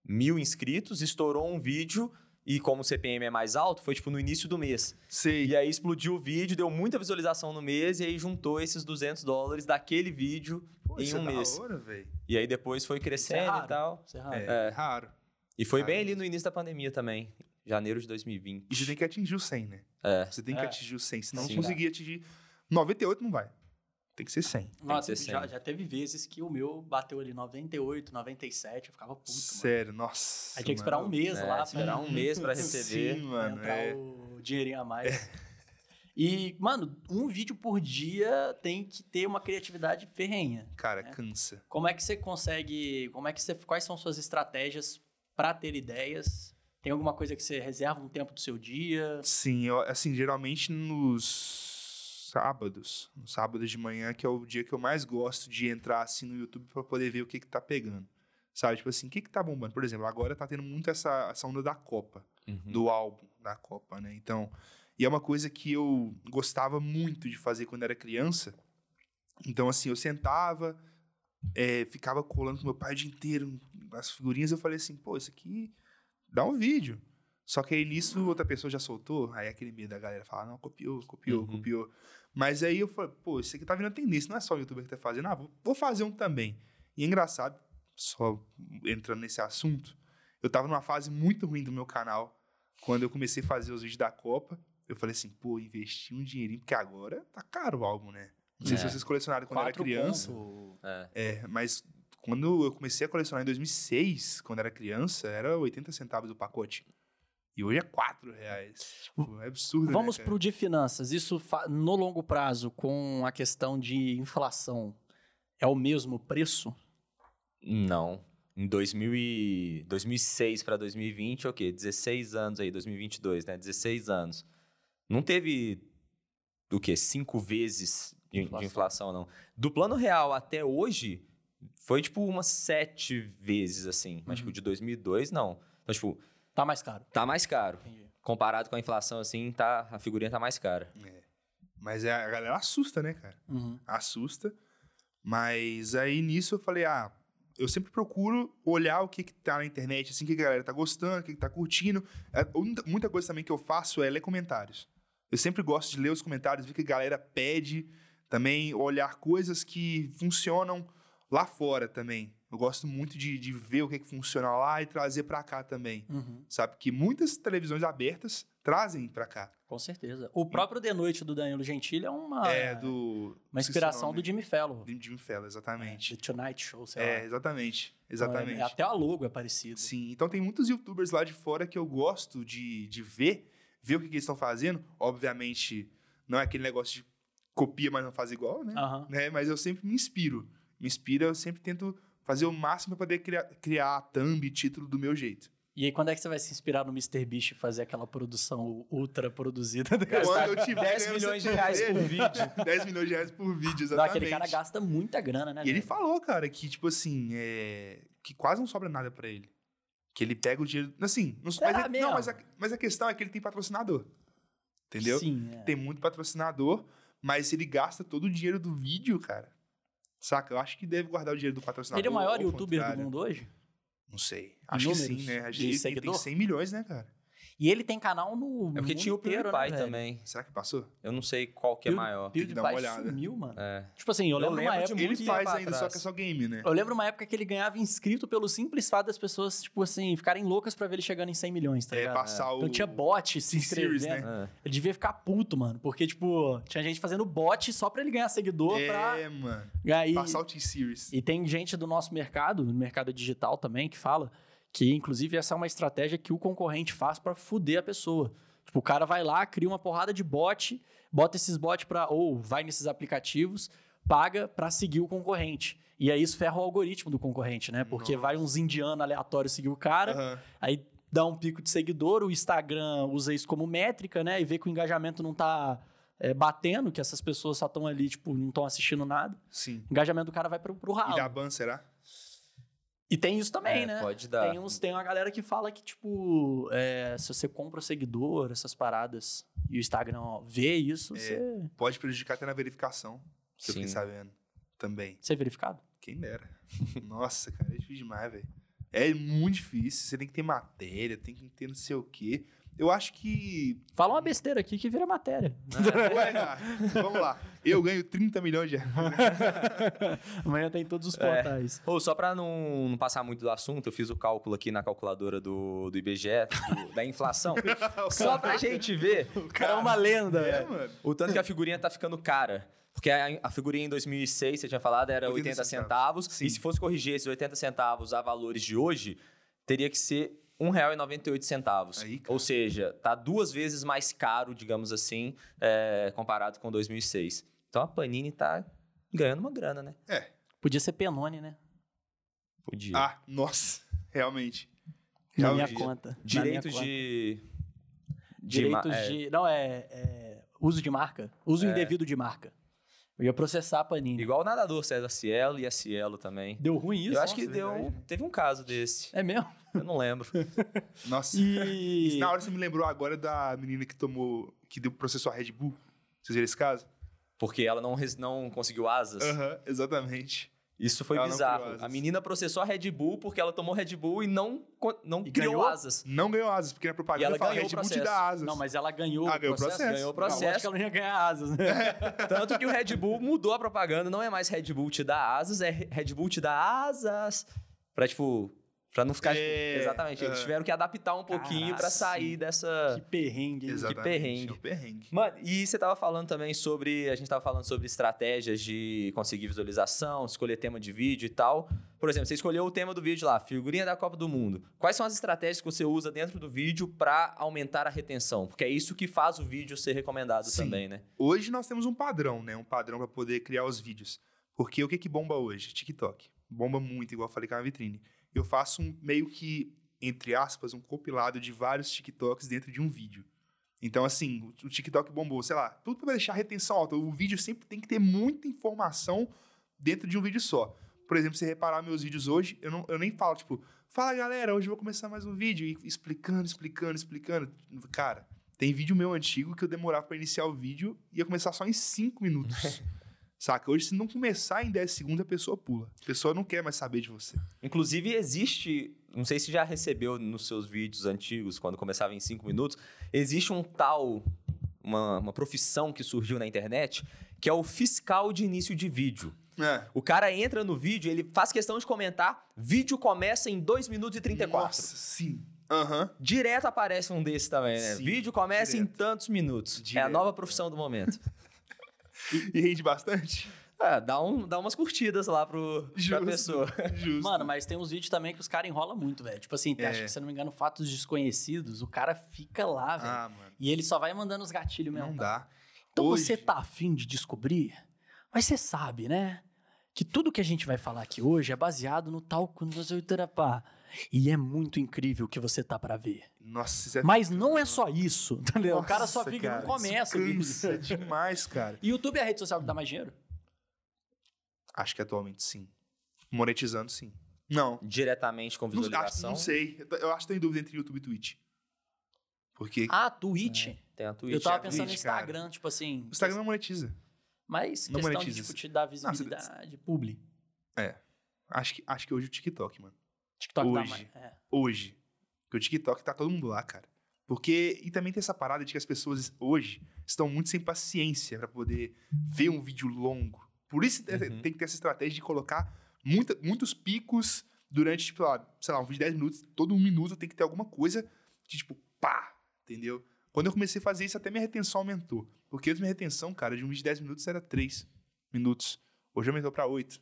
[SPEAKER 2] mil inscritos, estourou um vídeo, e como o CPM é mais alto, foi tipo no início do mês.
[SPEAKER 3] Sei.
[SPEAKER 2] E aí explodiu o vídeo, deu muita visualização no mês, e aí juntou esses 200 dólares daquele vídeo,
[SPEAKER 3] Pô,
[SPEAKER 2] em
[SPEAKER 3] isso é
[SPEAKER 2] um
[SPEAKER 3] da
[SPEAKER 2] mês. Ah,
[SPEAKER 3] hora, velho.
[SPEAKER 2] e aí depois foi crescendo
[SPEAKER 1] raro.
[SPEAKER 2] e tal.
[SPEAKER 1] Isso é raro.
[SPEAKER 3] É, raro.
[SPEAKER 2] E foi
[SPEAKER 3] Cara,
[SPEAKER 2] bem ali no início da pandemia também, janeiro de 2020.
[SPEAKER 3] E você tem que atingir o 100, né?
[SPEAKER 2] É.
[SPEAKER 3] Você tem que
[SPEAKER 1] É.
[SPEAKER 3] atingir o 100. Se não
[SPEAKER 2] Sim. é.
[SPEAKER 3] conseguir atingir... 98 não vai. Tem que ser 100.
[SPEAKER 1] Nossa,
[SPEAKER 2] ser
[SPEAKER 1] já,
[SPEAKER 2] 100.
[SPEAKER 1] já teve vezes que o meu bateu ali 98, 97, eu ficava puto, mano.
[SPEAKER 3] Sério, nossa.
[SPEAKER 1] Aí tinha que esperar um
[SPEAKER 3] é mano.
[SPEAKER 1] mês
[SPEAKER 2] É,
[SPEAKER 1] lá pra né,
[SPEAKER 2] esperar um mês pra receber.
[SPEAKER 3] Ah, Sim,
[SPEAKER 1] pra
[SPEAKER 3] mano.
[SPEAKER 1] entrar
[SPEAKER 3] É.
[SPEAKER 1] o dinheirinho a mais. E, mano, um vídeo por dia tem que ter uma criatividade ferrenha.
[SPEAKER 3] Cara,
[SPEAKER 1] né?
[SPEAKER 3] cansa.
[SPEAKER 1] Como é que você consegue. Como é que você. Quais são suas estratégias pra ter ideias? Tem alguma coisa que você reserva um tempo do seu dia?
[SPEAKER 3] Sim, eu- assim, geralmente nos sábados. Nos sábados de manhã, que é o dia que eu mais gosto de entrar assim no YouTube pra poder ver o que que tá pegando. Sabe? Tipo assim, o que que tá bombando? Por exemplo, agora tá tendo muito essa, essa onda da Copa.
[SPEAKER 2] Uhum.
[SPEAKER 3] do álbum da Copa, né? Então, e é uma coisa que eu gostava muito de fazer quando era criança. Então, assim, eu sentava, eh, ficava colando com meu pai o dia inteiro as figurinhas. Eu falei assim, pô, isso aqui dá um vídeo. Só que aí nisso outra pessoa já soltou, aí aquele medo da galera falar, não, copiou, copiou,
[SPEAKER 2] Uhum.
[SPEAKER 3] copiou. Mas aí eu falei, pô, isso aqui tá virando tendência, não é só o youtuber que tá fazendo, ah, vou- vou fazer um também. E é engraçado, só entrando nesse assunto, eu tava numa fase muito ruim do meu canal, quando eu comecei a fazer os vídeos da Copa, eu falei assim, pô, investi um dinheirinho, porque agora tá caro o álbum, né? Não sei
[SPEAKER 2] É.
[SPEAKER 3] se vocês colecionaram quando era
[SPEAKER 1] Quatro
[SPEAKER 3] criança.
[SPEAKER 1] pontos.
[SPEAKER 2] É.
[SPEAKER 3] É, mas quando eu comecei a colecionar em 2006, quando era criança, era 80 centavos o pacote. E hoje é 4 reais. Tipo, é absurdo,
[SPEAKER 1] Vamos
[SPEAKER 3] né, cara?
[SPEAKER 1] pro de finanças. Isso fa- no longo prazo, com a questão de inflação, é o mesmo preço?
[SPEAKER 2] Não. Em 2000 e- 2006 para 2020, é o quê? 16 anos aí, 2022, né? 16 anos. Não teve, o quê? Cinco vezes de de inflação,
[SPEAKER 1] Inflação.
[SPEAKER 2] não. Do plano real até hoje, foi tipo umas sete vezes, assim. Mas,
[SPEAKER 1] Uhum.
[SPEAKER 2] tipo, de 2002, não. Então, tipo,
[SPEAKER 1] Tá mais caro.
[SPEAKER 2] tá mais caro.
[SPEAKER 1] Entendi.
[SPEAKER 2] Comparado com a inflação, assim, tá, a figurinha tá mais cara.
[SPEAKER 3] Mas é, a galera assusta, né, cara?
[SPEAKER 1] Uhum.
[SPEAKER 3] assusta. Mas aí nisso eu falei, ah, eu sempre procuro olhar o que, que tá na internet, assim, o que que a galera tá gostando, o que, que tá curtindo. É, um- Muita coisa também que eu faço é ler comentários. Eu sempre gosto de ler os comentários, ver o que a galera pede, também olhar coisas que funcionam lá fora também. Eu gosto muito de, de ver o que, que funciona lá e trazer pra cá também.
[SPEAKER 1] Uhum.
[SPEAKER 3] Sabe? Que muitas televisões abertas trazem pra cá.
[SPEAKER 1] Com certeza. O próprio De Noite do Danilo Gentili é uma,
[SPEAKER 3] é, do.
[SPEAKER 1] uma
[SPEAKER 3] esqueci o
[SPEAKER 1] inspiração
[SPEAKER 3] nome.
[SPEAKER 1] do Jimmy Fellow.
[SPEAKER 3] Do Jimmy Fallon, exatamente.
[SPEAKER 1] The Tonight Show, sei
[SPEAKER 3] É,
[SPEAKER 2] Tá.
[SPEAKER 1] lá.
[SPEAKER 3] exatamente.
[SPEAKER 1] Então, é-
[SPEAKER 3] Exatamente.
[SPEAKER 1] é até a logo é parecido.
[SPEAKER 3] Sim, então tem muitos youtubers lá de fora que eu gosto de, de ver, ver o que, que eles estão fazendo. Obviamente, não é aquele negócio de copia, mas não faz igual, né?
[SPEAKER 2] Ah.
[SPEAKER 1] Aham.
[SPEAKER 3] né? Mas eu sempre me inspiro. Me inspiro, eu sempre tento fazer o máximo para poder criar, criar a thumb, título do meu jeito.
[SPEAKER 1] E aí, quando é que você vai se inspirar no Mr. Beast e fazer aquela produção ultra produzida?
[SPEAKER 2] Gastar
[SPEAKER 3] Quando eu tiver
[SPEAKER 2] 10
[SPEAKER 3] ganhando
[SPEAKER 2] milhões de
[SPEAKER 3] essa
[SPEAKER 2] reais por
[SPEAKER 3] TV,
[SPEAKER 2] vídeo.
[SPEAKER 3] 10 milhões de reais por vídeo,
[SPEAKER 1] Não,
[SPEAKER 3] exatamente.
[SPEAKER 1] aquele cara gasta muita grana, né?
[SPEAKER 3] E ele
[SPEAKER 1] velho?
[SPEAKER 3] falou, cara, que tipo assim, é... que quase não sobra nada pra ele. Que ele pega o dinheiro. Assim, não,
[SPEAKER 1] Será
[SPEAKER 3] mas, ele-
[SPEAKER 1] Ah, mesmo?
[SPEAKER 3] não mas, a, mas a questão é que ele tem patrocinador. Entendeu?
[SPEAKER 1] Sim, é.
[SPEAKER 3] Tem muito patrocinador, mas ele gasta todo o dinheiro do vídeo, cara. Saca? Eu acho que deve guardar o dinheiro do patrocinador.
[SPEAKER 1] Ele é o maior
[SPEAKER 3] ao
[SPEAKER 1] youtuber
[SPEAKER 3] contrário.
[SPEAKER 1] do mundo hoje.
[SPEAKER 3] Não sei. Acho que
[SPEAKER 1] Números
[SPEAKER 3] sim, né? Acho
[SPEAKER 1] de
[SPEAKER 3] que ele tem
[SPEAKER 1] seguidor?
[SPEAKER 3] 100 milhões, né, cara?
[SPEAKER 1] E ele tem canal no.
[SPEAKER 2] É porque
[SPEAKER 1] mundo
[SPEAKER 2] tinha o
[SPEAKER 1] inteiro,
[SPEAKER 2] PewDiePie
[SPEAKER 1] né, velho?
[SPEAKER 2] também.
[SPEAKER 3] Será que passou?
[SPEAKER 2] Eu não sei qual que é
[SPEAKER 1] Pew-
[SPEAKER 2] maior.
[SPEAKER 3] Tem que dar uma
[SPEAKER 1] PewDiePie
[SPEAKER 3] olhada.
[SPEAKER 1] sumiu, mano.
[SPEAKER 2] É.
[SPEAKER 1] Tipo assim, eu
[SPEAKER 2] Eu
[SPEAKER 1] lembro, uma
[SPEAKER 2] lembro de
[SPEAKER 1] época.
[SPEAKER 2] muito
[SPEAKER 3] Ele
[SPEAKER 2] tempo
[SPEAKER 3] faz ainda,
[SPEAKER 2] atrás.
[SPEAKER 3] só que é só game, né?
[SPEAKER 1] Eu lembro uma época que ele ganhava inscrito pelo simples fato das pessoas, tipo assim, ficarem loucas pra ver ele chegando em 100 milhões, tá
[SPEAKER 3] é
[SPEAKER 1] ligado?
[SPEAKER 3] passar o.
[SPEAKER 1] Então tinha bot se
[SPEAKER 3] Sim, series,
[SPEAKER 1] inscrevendo.
[SPEAKER 3] né?
[SPEAKER 2] É.
[SPEAKER 1] Ele devia ficar puto, mano. Porque, tipo, tinha gente fazendo bot só pra ele ganhar seguidor pra
[SPEAKER 3] É, mano.
[SPEAKER 1] ganhar. e-
[SPEAKER 3] Passar o T-Series.
[SPEAKER 1] E tem gente do nosso mercado, no mercado digital também, que fala que, inclusive, essa é uma estratégia que o concorrente faz pra fuder a pessoa. Tipo, o cara vai lá, cria uma porrada de bot, bota esses bot pra. ou vai nesses aplicativos, paga pra seguir o concorrente. E aí isso ferra o algoritmo do concorrente, né? Porque vai uns indianos aleatórios seguir o cara,
[SPEAKER 3] Aham.
[SPEAKER 1] Aí dá um pico de seguidor, o Instagram usa isso como métrica, né? E vê que o engajamento não tá é, batendo, que essas pessoas só estão ali, tipo, não estão assistindo nada.
[SPEAKER 3] Sim.
[SPEAKER 1] O engajamento do cara vai pro, pro ralo.
[SPEAKER 3] E da ban, será?
[SPEAKER 1] E tem isso também,
[SPEAKER 2] É,
[SPEAKER 1] né?
[SPEAKER 2] Pode dar.
[SPEAKER 1] Tem, uns, tem uma galera que fala que, tipo, é, se você compra seguidor, essas paradas, e o Instagram ó, vê isso,
[SPEAKER 3] É.
[SPEAKER 1] você,
[SPEAKER 3] Pode prejudicar até na verificação, que eu fiquei
[SPEAKER 2] Sim.
[SPEAKER 3] sabendo. Também.
[SPEAKER 1] você é verificado.
[SPEAKER 3] Quem dera. Nossa, cara, é difícil demais, velho. É muito difícil. Você tem que ter matéria, tem que ter não sei o quê. Eu acho que.
[SPEAKER 1] Fala uma besteira aqui que vira matéria.
[SPEAKER 3] Ué, vamos lá. Eu ganho 30 milhões de reais.
[SPEAKER 1] Amanhã tem todos os
[SPEAKER 2] É.
[SPEAKER 1] portais.
[SPEAKER 2] Ô, só pra não, não passar muito do assunto, eu fiz o cálculo aqui na calculadora do, do IBGE, do- da inflação. só pra gente ver
[SPEAKER 1] O cara é uma lenda,
[SPEAKER 3] É,
[SPEAKER 1] velho.
[SPEAKER 3] mano.
[SPEAKER 2] o tanto que a figurinha tá ficando cara. Porque a, a figurinha em 2006, você tinha falado, era
[SPEAKER 3] 80
[SPEAKER 2] 80, centavos.
[SPEAKER 3] Sim.
[SPEAKER 2] E se fosse corrigir esses 80 centavos a valores de hoje, teria que ser um R$ 1,98.
[SPEAKER 3] Aí, cara.
[SPEAKER 2] Ou seja, tá duas vezes mais caro, digamos assim, é, comparado com 2006. Então a Panini tá ganhando uma grana, né?
[SPEAKER 1] Podia ser Penone, né?
[SPEAKER 2] Podia.
[SPEAKER 3] Ah, nossa, realmente.
[SPEAKER 1] Na
[SPEAKER 3] Realmente.
[SPEAKER 1] minha conta. Na
[SPEAKER 2] Direitos
[SPEAKER 1] minha
[SPEAKER 2] de. de ma-
[SPEAKER 1] Direitos
[SPEAKER 2] é,
[SPEAKER 1] de. Não, é, é Uso de marca. Uso indevido de marca. Eu ia processar a Panini.
[SPEAKER 2] Igual o nadador César Cielo e a Cielo também.
[SPEAKER 1] Deu ruim isso?
[SPEAKER 2] eu acho que
[SPEAKER 3] nossa,
[SPEAKER 2] deu,
[SPEAKER 3] verdade.
[SPEAKER 2] teve um caso desse.
[SPEAKER 1] É mesmo?
[SPEAKER 2] Eu não lembro.
[SPEAKER 3] Nossa.
[SPEAKER 1] E.
[SPEAKER 3] Na hora você me lembrou agora da menina que tomou. que deu processo à Red Bull. Vocês viram esse caso?
[SPEAKER 2] Porque ela não, res- não conseguiu asas.
[SPEAKER 3] Aham, exatamente.
[SPEAKER 2] Isso foi
[SPEAKER 3] Ela não criou
[SPEAKER 2] bizarro.
[SPEAKER 3] asas.
[SPEAKER 2] A menina processou a Red Bull porque ela tomou Red Bull e não, co- não
[SPEAKER 1] E
[SPEAKER 2] criou
[SPEAKER 1] ganhou?
[SPEAKER 2] asas.
[SPEAKER 3] Não ganhou asas, porque na
[SPEAKER 2] E
[SPEAKER 3] propaganda
[SPEAKER 2] ela
[SPEAKER 3] fala
[SPEAKER 2] ganhou
[SPEAKER 3] Red
[SPEAKER 2] o
[SPEAKER 3] Bull te
[SPEAKER 2] processo.
[SPEAKER 3] dá asas.
[SPEAKER 1] Não, mas ela ganhou.
[SPEAKER 3] Ah, ganhou o processo?
[SPEAKER 2] Ganhou o
[SPEAKER 1] Não, eu acho que
[SPEAKER 2] processo.
[SPEAKER 1] ela não ia ganhar asas, né?
[SPEAKER 2] Tanto que o Red Bull mudou a propaganda. Não é mais Red Bull te dá asas, é Re- Red Bull te dá asas. Pra, tipo... Pra não ficar... tipo,
[SPEAKER 3] É,
[SPEAKER 2] exatamente. Eles
[SPEAKER 3] é.
[SPEAKER 2] tiveram que adaptar um pouquinho pra
[SPEAKER 1] Caraca,
[SPEAKER 2] sair
[SPEAKER 1] sim.
[SPEAKER 2] dessa...
[SPEAKER 1] que perrengue. hein?
[SPEAKER 3] Exatamente.
[SPEAKER 2] perrengue.
[SPEAKER 3] é um perrengue.
[SPEAKER 2] Mano, e você tava falando também sobre. A gente tava falando sobre estratégias de conseguir visualização, escolher tema de vídeo e tal. Por exemplo, você escolheu o tema do vídeo lá, figurinha da Copa do Mundo. Quais são as estratégias que você usa dentro do vídeo pra aumentar a retenção? Porque é isso que faz o vídeo ser recomendado
[SPEAKER 3] Sim.
[SPEAKER 2] também, né?
[SPEAKER 3] Hoje nós temos um padrão, né? Um padrão para poder criar os vídeos. Porque o que que bomba hoje? TikTok. Bomba muito, igual eu falei com a vitrine. Eu faço um meio que, entre aspas, um compilado de vários TikToks dentro de um vídeo. Então, assim, o- o TikTok bombou, sei lá, tudo para deixar a retenção alta. O vídeo sempre tem que ter muita informação dentro de um vídeo só. Por exemplo, se você reparar meus vídeos hoje, eu, não, eu nem falo, tipo, fala galera, hoje eu vou começar mais um vídeo, e explicando, explicando, explicando. Cara, tem vídeo meu antigo que eu demorava pra iniciar o vídeo e ia começar só em 5
[SPEAKER 1] É.
[SPEAKER 3] minutos. Saca? Hoje, se não começar em 10 segundos, a pessoa pula. A pessoa não quer mais saber de você.
[SPEAKER 2] Inclusive, existe. Não sei se já recebeu nos seus vídeos antigos, quando começava em 5 minutos, existe um tal. Uma, uma profissão que surgiu na internet, que é o fiscal de início de vídeo.
[SPEAKER 3] É.
[SPEAKER 2] O cara entra no vídeo, ele faz questão de comentar, vídeo começa em 2 minutos e 34.
[SPEAKER 3] Nossa, sim. Aham.
[SPEAKER 2] Direto aparece um desse também, né?
[SPEAKER 3] Sim,
[SPEAKER 2] vídeo começa em
[SPEAKER 3] direto.
[SPEAKER 2] tantos minutos. É a
[SPEAKER 3] Direto,
[SPEAKER 2] nova profissão do momento.
[SPEAKER 3] E rende bastante?
[SPEAKER 2] Ah, dá, um, dá umas curtidas lá pro, pra
[SPEAKER 3] Justo.
[SPEAKER 2] pessoa.
[SPEAKER 3] Justo.
[SPEAKER 1] Mano, mas tem uns vídeos também que os caras enrolam muito, velho. Tipo assim,
[SPEAKER 3] É.
[SPEAKER 1] acho que, se eu não me engano, fatos desconhecidos, o cara fica lá, velho.
[SPEAKER 3] Ah, mano.
[SPEAKER 1] E ele só vai mandando os gatilhos mesmo.
[SPEAKER 3] Não dá.
[SPEAKER 1] Então
[SPEAKER 3] Hoje-
[SPEAKER 1] você tá afim de descobrir? Mas você sabe, né? Que tudo que a gente vai falar aqui hoje é baseado no tal Kundazoitarapá. E é muito incrível o que você tá pra ver.
[SPEAKER 3] Nossa, isso é...
[SPEAKER 1] Mas não é só isso, entendeu? o cara só
[SPEAKER 3] Nossa,
[SPEAKER 1] fica e não
[SPEAKER 3] cara,
[SPEAKER 1] começa.
[SPEAKER 3] Isso é
[SPEAKER 1] bicho.
[SPEAKER 3] demais, cara.
[SPEAKER 1] E YouTube é a rede social que dá mais dinheiro?
[SPEAKER 3] Acho que atualmente sim. Monetizando sim. Não.
[SPEAKER 2] Diretamente com
[SPEAKER 3] Não, acho,
[SPEAKER 2] visualização.
[SPEAKER 3] não sei. Eu tô- Eu acho que estou em dúvida entre YouTube e Twitch. Porque
[SPEAKER 1] Ah, Twitch.
[SPEAKER 2] Tem a Twitch.
[SPEAKER 1] Eu tava
[SPEAKER 2] é a
[SPEAKER 1] pensando no
[SPEAKER 3] Twitch, cara.
[SPEAKER 1] Instagram, tipo assim.
[SPEAKER 3] o Instagram não monetiza.
[SPEAKER 1] Mas questão
[SPEAKER 3] não
[SPEAKER 1] de
[SPEAKER 3] monetiza
[SPEAKER 1] tipo,
[SPEAKER 3] isso.
[SPEAKER 1] te dar
[SPEAKER 3] você-
[SPEAKER 1] visibilidade, publi.
[SPEAKER 3] Acho que, acho que hoje o TikTok, mano.
[SPEAKER 1] TikTok dá
[SPEAKER 3] Hoje.
[SPEAKER 1] mais. É.
[SPEAKER 3] Hoje. Porque o TikTok tá todo mundo lá, cara. Porque. E também tem essa parada de que as pessoas hoje estão muito sem paciência pra poder ver um vídeo longo. Por isso te-
[SPEAKER 2] Uhum.
[SPEAKER 3] tem que ter essa estratégia de colocar muita- muitos picos durante, tipo, lá, sei lá, um vídeo de 10 minutos. Todo um minuto tem que ter alguma coisa que, tipo, pá, entendeu? Quando eu comecei a fazer isso, até minha retenção aumentou. Porque antes minha retenção, cara, de um vídeo de 10 minutos era 3 minutos. Hoje aumentou pra 8.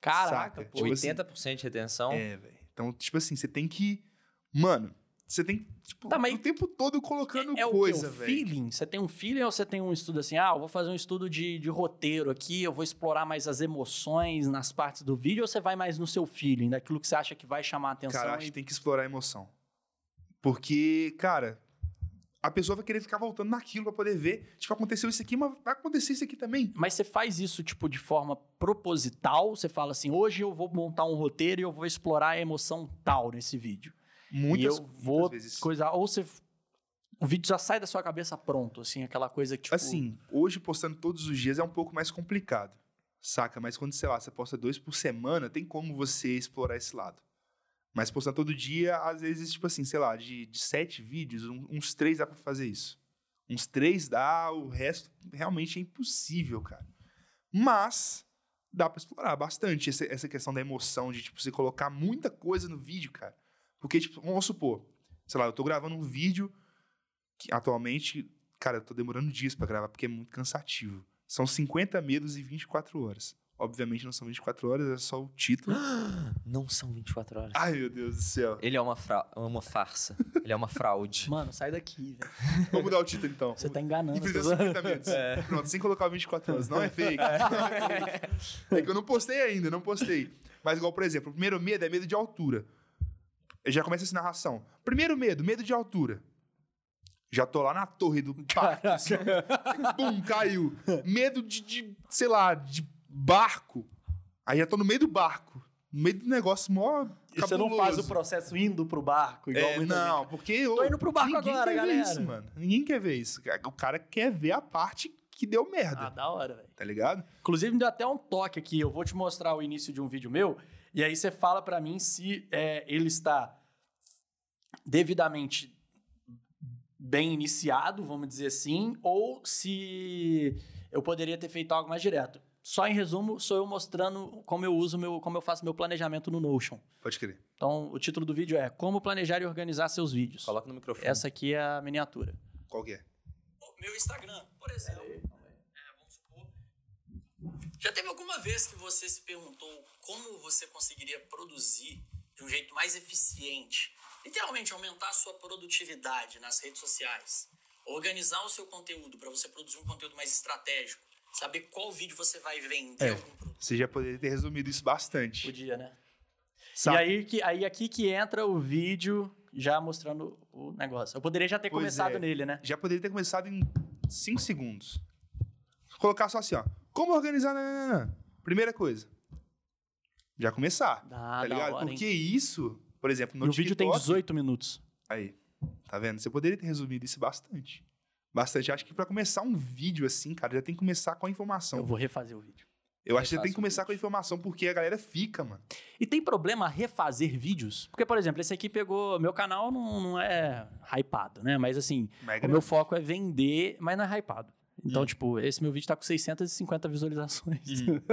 [SPEAKER 1] Caraca,
[SPEAKER 3] Saca?
[SPEAKER 1] pô.
[SPEAKER 3] Tipo assim,
[SPEAKER 2] 80% de retenção.
[SPEAKER 3] É, velho. Então, tipo assim, você tem que. Mano, você tem que. Tipo,
[SPEAKER 1] Tá, mas-
[SPEAKER 3] o tempo todo colocando
[SPEAKER 1] é
[SPEAKER 3] coisa,
[SPEAKER 1] o quê? Um
[SPEAKER 3] velho.
[SPEAKER 1] feeling? Você tem um feeling ou você tem um estudo assim? Ah, eu vou fazer um estudo de, de roteiro aqui, eu vou explorar mais as emoções nas partes do vídeo, ou você vai mais no seu feeling, daquilo que você acha que vai chamar a atenção?
[SPEAKER 3] Cara, acho
[SPEAKER 1] e-
[SPEAKER 3] que tem que explorar a emoção. Porque, cara, a pessoa vai querer ficar voltando naquilo pra poder ver. Tipo, aconteceu isso aqui, mas vai acontecer isso aqui também.
[SPEAKER 1] Mas você faz isso, tipo, de forma proposital? Você fala assim, hoje eu vou montar um roteiro e eu vou explorar a emoção tal nesse vídeo. e
[SPEAKER 3] Muitas,
[SPEAKER 1] eu vou
[SPEAKER 3] muitas vezes.
[SPEAKER 1] coisar... Ou você... O vídeo já sai da sua cabeça pronto, assim, aquela coisa que, tipo...
[SPEAKER 3] Assim, hoje postando todos os dias é um pouco mais complicado, saca? Mas quando, sei lá, você posta dois por semana, tem como você explorar esse lado. Mas postar todo dia, às vezes, tipo assim, sei lá, de, de sete vídeos, um- uns três dá pra fazer isso. Uns três dá, o resto realmente é impossível, cara. Mas dá pra explorar bastante essa, essa questão da emoção, de, tipo, você colocar muita coisa no vídeo, cara. Porque, tipo, vamos supor, sei lá, eu tô gravando um vídeo que atualmente Cara, eu tô demorando dias pra gravar porque é muito cansativo. São 50 medos e 24 horas. Obviamente não são 24 horas, é só o título.
[SPEAKER 2] Não são 24 horas.
[SPEAKER 3] Ai, meu Deus do céu.
[SPEAKER 2] Ele é uma, fra- uma farsa. Ele é uma fraude.
[SPEAKER 1] Mano, sai daqui, velho.
[SPEAKER 3] Vamos mudar o título então.
[SPEAKER 1] Você tá enganando. as
[SPEAKER 3] Infelizmente,
[SPEAKER 1] pessoas.
[SPEAKER 3] 50 medos.
[SPEAKER 1] É.
[SPEAKER 3] Pronto, sem colocar o 24 horas. Não é fake. Não é fake. É que eu não postei ainda, não postei. Mas igual, por exemplo, o primeiro medo é medo de altura. Eu já começo essa narração. Primeiro medo, medo de altura. Já tô lá na torre do parque. assim, ó. Bum, caiu. Medo de, de, sei lá, de barco. Aí já tô no meio do barco. No meio do negócio mó
[SPEAKER 1] E você não faz o
[SPEAKER 3] cabuloso.
[SPEAKER 1] processo indo pro barco, igual
[SPEAKER 3] É,
[SPEAKER 1] muita gente
[SPEAKER 3] não, porque eu.
[SPEAKER 1] Tô indo pro barco
[SPEAKER 3] ninguém
[SPEAKER 1] agora,
[SPEAKER 3] quer
[SPEAKER 1] galera.
[SPEAKER 3] Ver isso, mano. Ninguém quer ver isso. cara. O cara quer ver a parte que deu merda,
[SPEAKER 1] Ah, da hora, velho.
[SPEAKER 3] tá ligado?
[SPEAKER 1] Inclusive, me deu até um toque aqui. Eu vou te mostrar o início de um vídeo meu, e aí você fala pra mim se é, ele está devidamente bem iniciado, vamos dizer assim, ou se eu poderia ter feito algo mais direto. Só em resumo, sou eu mostrando como eu uso meu, como eu faço meu planejamento no Notion.
[SPEAKER 3] Pode crer.
[SPEAKER 1] Então, o título do vídeo é Como planejar e organizar seus vídeos.
[SPEAKER 2] Coloca no microfone.
[SPEAKER 1] Essa aqui é a miniatura.
[SPEAKER 3] Qual que é?
[SPEAKER 1] o meu Instagram, por exemplo. É, vamos supor. Já teve alguma vez que você se perguntou como você conseguiria produzir de um jeito mais eficiente? Literalmente aumentar a sua produtividade nas redes sociais, organizar o seu conteúdo para você produzir um conteúdo mais estratégico, saber qual vídeo você vai vender
[SPEAKER 3] É.
[SPEAKER 1] algum produto.
[SPEAKER 3] Você já poderia ter resumido isso bastante.
[SPEAKER 1] Podia, né? E
[SPEAKER 3] Saca?
[SPEAKER 1] aí, que, aí aqui que entra o vídeo já mostrando o negócio. Eu poderia já ter
[SPEAKER 3] Pois
[SPEAKER 1] começado
[SPEAKER 3] é.
[SPEAKER 1] nele, né?
[SPEAKER 3] Já poderia ter começado em 5 segundos. Colocar só assim, ó. Como organizar. nananana? né? Primeira coisa. Já começar.
[SPEAKER 1] Ah,
[SPEAKER 3] tá ligado?
[SPEAKER 1] hora, hein?
[SPEAKER 3] Porque isso, por exemplo, no
[SPEAKER 1] E o vídeo tem
[SPEAKER 3] TikTok-
[SPEAKER 1] 18 minutos.
[SPEAKER 3] Aí. Tá vendo? Você poderia ter resumido isso bastante. Bastante. Acho que pra começar um vídeo assim, cara, já tem que começar com a informação.
[SPEAKER 1] Eu vou refazer o vídeo.
[SPEAKER 3] Eu acho que você
[SPEAKER 2] Refaça
[SPEAKER 3] tem que
[SPEAKER 2] o
[SPEAKER 3] começar
[SPEAKER 2] vídeo.
[SPEAKER 3] com a informação, porque a galera fica, mano.
[SPEAKER 1] E tem problema refazer vídeos? Porque, por exemplo, esse aqui pegou. Meu canal não, não é hypado, né? Mas assim,
[SPEAKER 3] Mas
[SPEAKER 1] o meu fofoco é vender, mas não é hypado.
[SPEAKER 3] Hum.
[SPEAKER 1] Então, tipo, esse meu vídeo tá com 650 visualizações. Hum.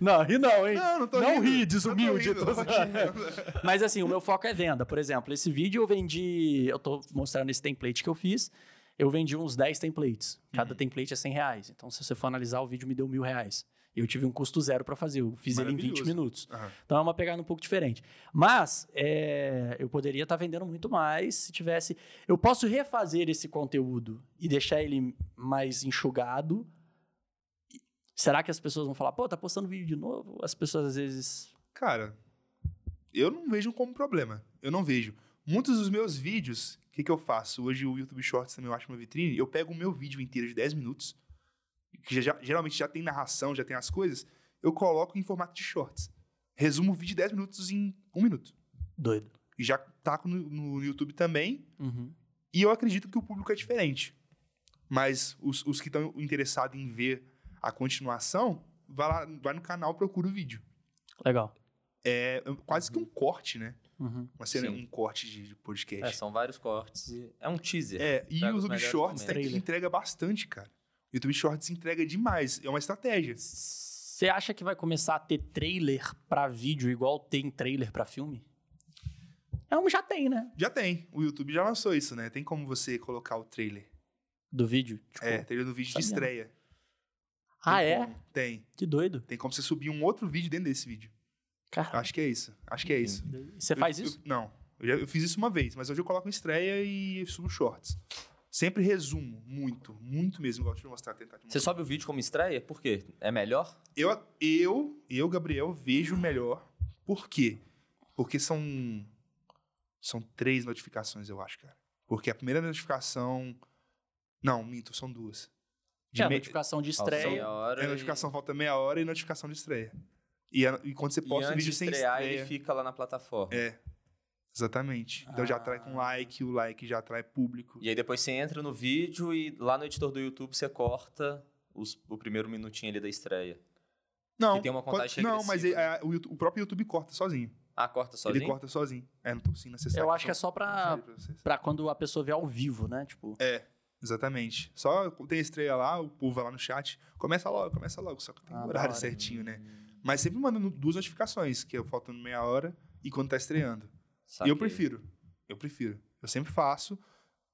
[SPEAKER 1] não, ri não, hein?
[SPEAKER 3] Não, não tô
[SPEAKER 1] Não
[SPEAKER 3] rindo.
[SPEAKER 1] ri, desumilde,
[SPEAKER 3] Não tô
[SPEAKER 1] tô
[SPEAKER 3] rindo,
[SPEAKER 1] zoando.
[SPEAKER 3] tô rindo.
[SPEAKER 1] Mas assim, o meu foco é venda. Por exemplo, esse vídeo eu vendi. Eu tô mostrando esse template que eu fiz. Eu vendi uns 10 templates. Cada template é 100 reais. Então, se você for analisar, o vídeo me deu mil reais. Eu tive um custo zero pra fazer. Eu fiz ele em 20
[SPEAKER 3] Maravilhoso.
[SPEAKER 1] minutos.
[SPEAKER 3] Aham.
[SPEAKER 1] Então é uma pegada um pouco diferente. Mas é, eu poderia estar vendendo muito mais se tivesse. Eu posso refazer esse conteúdo e deixar ele mais enxugado. E- Será que as pessoas vão falar, pô, tá postando vídeo de novo? As pessoas às vezes.
[SPEAKER 3] Cara, eu não vejo como problema. Eu não vejo. Muitos dos meus vídeos, o que, que eu faço? Hoje o YouTube Shorts também eu acho uma vitrine. Eu pego o meu vídeo inteiro de 10 minutos, que já- geralmente já tem narração, já tem as coisas, eu coloco em formato de shorts. Resumo o vídeo de 10 minutos em um minuto.
[SPEAKER 1] Doido.
[SPEAKER 3] E já taco no- no YouTube também,
[SPEAKER 1] Uhum.
[SPEAKER 3] e eu acredito que o público é diferente. Mas os, os que estão interessados em ver a continuação, vai lá, vai no canal, procura o vídeo.
[SPEAKER 1] Legal.
[SPEAKER 3] É quase que um corte, né?
[SPEAKER 1] Uhum.
[SPEAKER 3] Uma cena,
[SPEAKER 2] Sim.
[SPEAKER 3] um corte de, de
[SPEAKER 2] É,
[SPEAKER 3] podcast.
[SPEAKER 2] são vários cortes. e- É um teaser.
[SPEAKER 3] É,
[SPEAKER 2] Pega
[SPEAKER 3] e o
[SPEAKER 2] os
[SPEAKER 3] YouTube
[SPEAKER 2] melhores
[SPEAKER 3] Shorts
[SPEAKER 2] momentos.
[SPEAKER 3] tem que
[SPEAKER 1] Trailer.
[SPEAKER 3] entrega bastante, cara. O YouTube Shorts entrega demais. É uma estratégia.
[SPEAKER 1] Você acha que vai começar a ter trailer pra vídeo igual tem trailer pra filme? É um já tem, né?
[SPEAKER 3] Já tem. O YouTube já lançou isso, né? Tem como você colocar o trailer.
[SPEAKER 1] Do vídeo. Tipo,
[SPEAKER 3] É, trailer no vídeo de
[SPEAKER 1] sabia.
[SPEAKER 3] estreia.
[SPEAKER 1] Ah,
[SPEAKER 3] Tem
[SPEAKER 1] é?
[SPEAKER 3] como- Tem.
[SPEAKER 1] Que doido.
[SPEAKER 3] Tem como você subir um outro vídeo dentro desse vídeo.
[SPEAKER 1] Cara,
[SPEAKER 3] Acho que é isso. Acho que é isso.
[SPEAKER 1] você
[SPEAKER 3] Eu-
[SPEAKER 1] faz
[SPEAKER 3] eu-
[SPEAKER 1] isso?
[SPEAKER 3] não. Eu, já- eu fiz isso uma vez, mas hoje eu coloco em estreia e subo shorts. Sempre resumo, muito, muito mesmo. Gosto de mostrar, tentar te
[SPEAKER 2] Você
[SPEAKER 3] mostrar.
[SPEAKER 2] sobe o vídeo como estreia? Por quê? É melhor?
[SPEAKER 3] Eu, eu, eu, Gabriel, vejo melhor. Por quê? Porque são. São três notificações, eu acho, cara. Porque a primeira notificação. Não, minto, são duas. De
[SPEAKER 1] É, a
[SPEAKER 3] me-
[SPEAKER 1] notificação de
[SPEAKER 2] Falta
[SPEAKER 1] estreia.
[SPEAKER 2] meia hora
[SPEAKER 3] é,
[SPEAKER 2] e-
[SPEAKER 3] notificação falta meia hora e notificação de estreia. E, a- e quando você
[SPEAKER 2] e
[SPEAKER 3] posta o
[SPEAKER 2] antes
[SPEAKER 3] vídeo
[SPEAKER 2] de
[SPEAKER 3] sem
[SPEAKER 2] estrear,
[SPEAKER 3] estreia.
[SPEAKER 2] ele fica lá na plataforma.
[SPEAKER 3] É. Exatamente. Então já atrai com
[SPEAKER 1] Ah.
[SPEAKER 3] like, o like já atrai público.
[SPEAKER 2] E aí depois você entra no vídeo e lá no editor do YouTube você corta os- o primeiro minutinho ali da estreia.
[SPEAKER 3] Não,
[SPEAKER 2] Que tem uma
[SPEAKER 3] pode-
[SPEAKER 2] contagem
[SPEAKER 3] Não, mas
[SPEAKER 2] regressiva,
[SPEAKER 3] é, é, o, YouTube- o próprio YouTube corta sozinho.
[SPEAKER 2] Ah, corta sozinho?
[SPEAKER 3] Ele corta sozinho. É, não tô conseguindo acessar.
[SPEAKER 1] Eu
[SPEAKER 3] aqui,
[SPEAKER 1] acho que é
[SPEAKER 3] só-
[SPEAKER 1] só pra,
[SPEAKER 3] não sei pra vocês.
[SPEAKER 1] pra quando a pessoa vê ao vivo, né? Tipo,
[SPEAKER 3] Exatamente. Só tem a estreia lá, o povo vai lá no chat. Começa logo, começa logo. Só que tem
[SPEAKER 1] Ah,
[SPEAKER 3] o
[SPEAKER 1] da
[SPEAKER 3] horário
[SPEAKER 1] hora.
[SPEAKER 3] certinho, né? Mas sempre mandando duas notificações, que é faltando meia hora e quando tá estreando.
[SPEAKER 2] Saquei.
[SPEAKER 3] Eu prefiro. Eu prefiro. Eu sempre faço.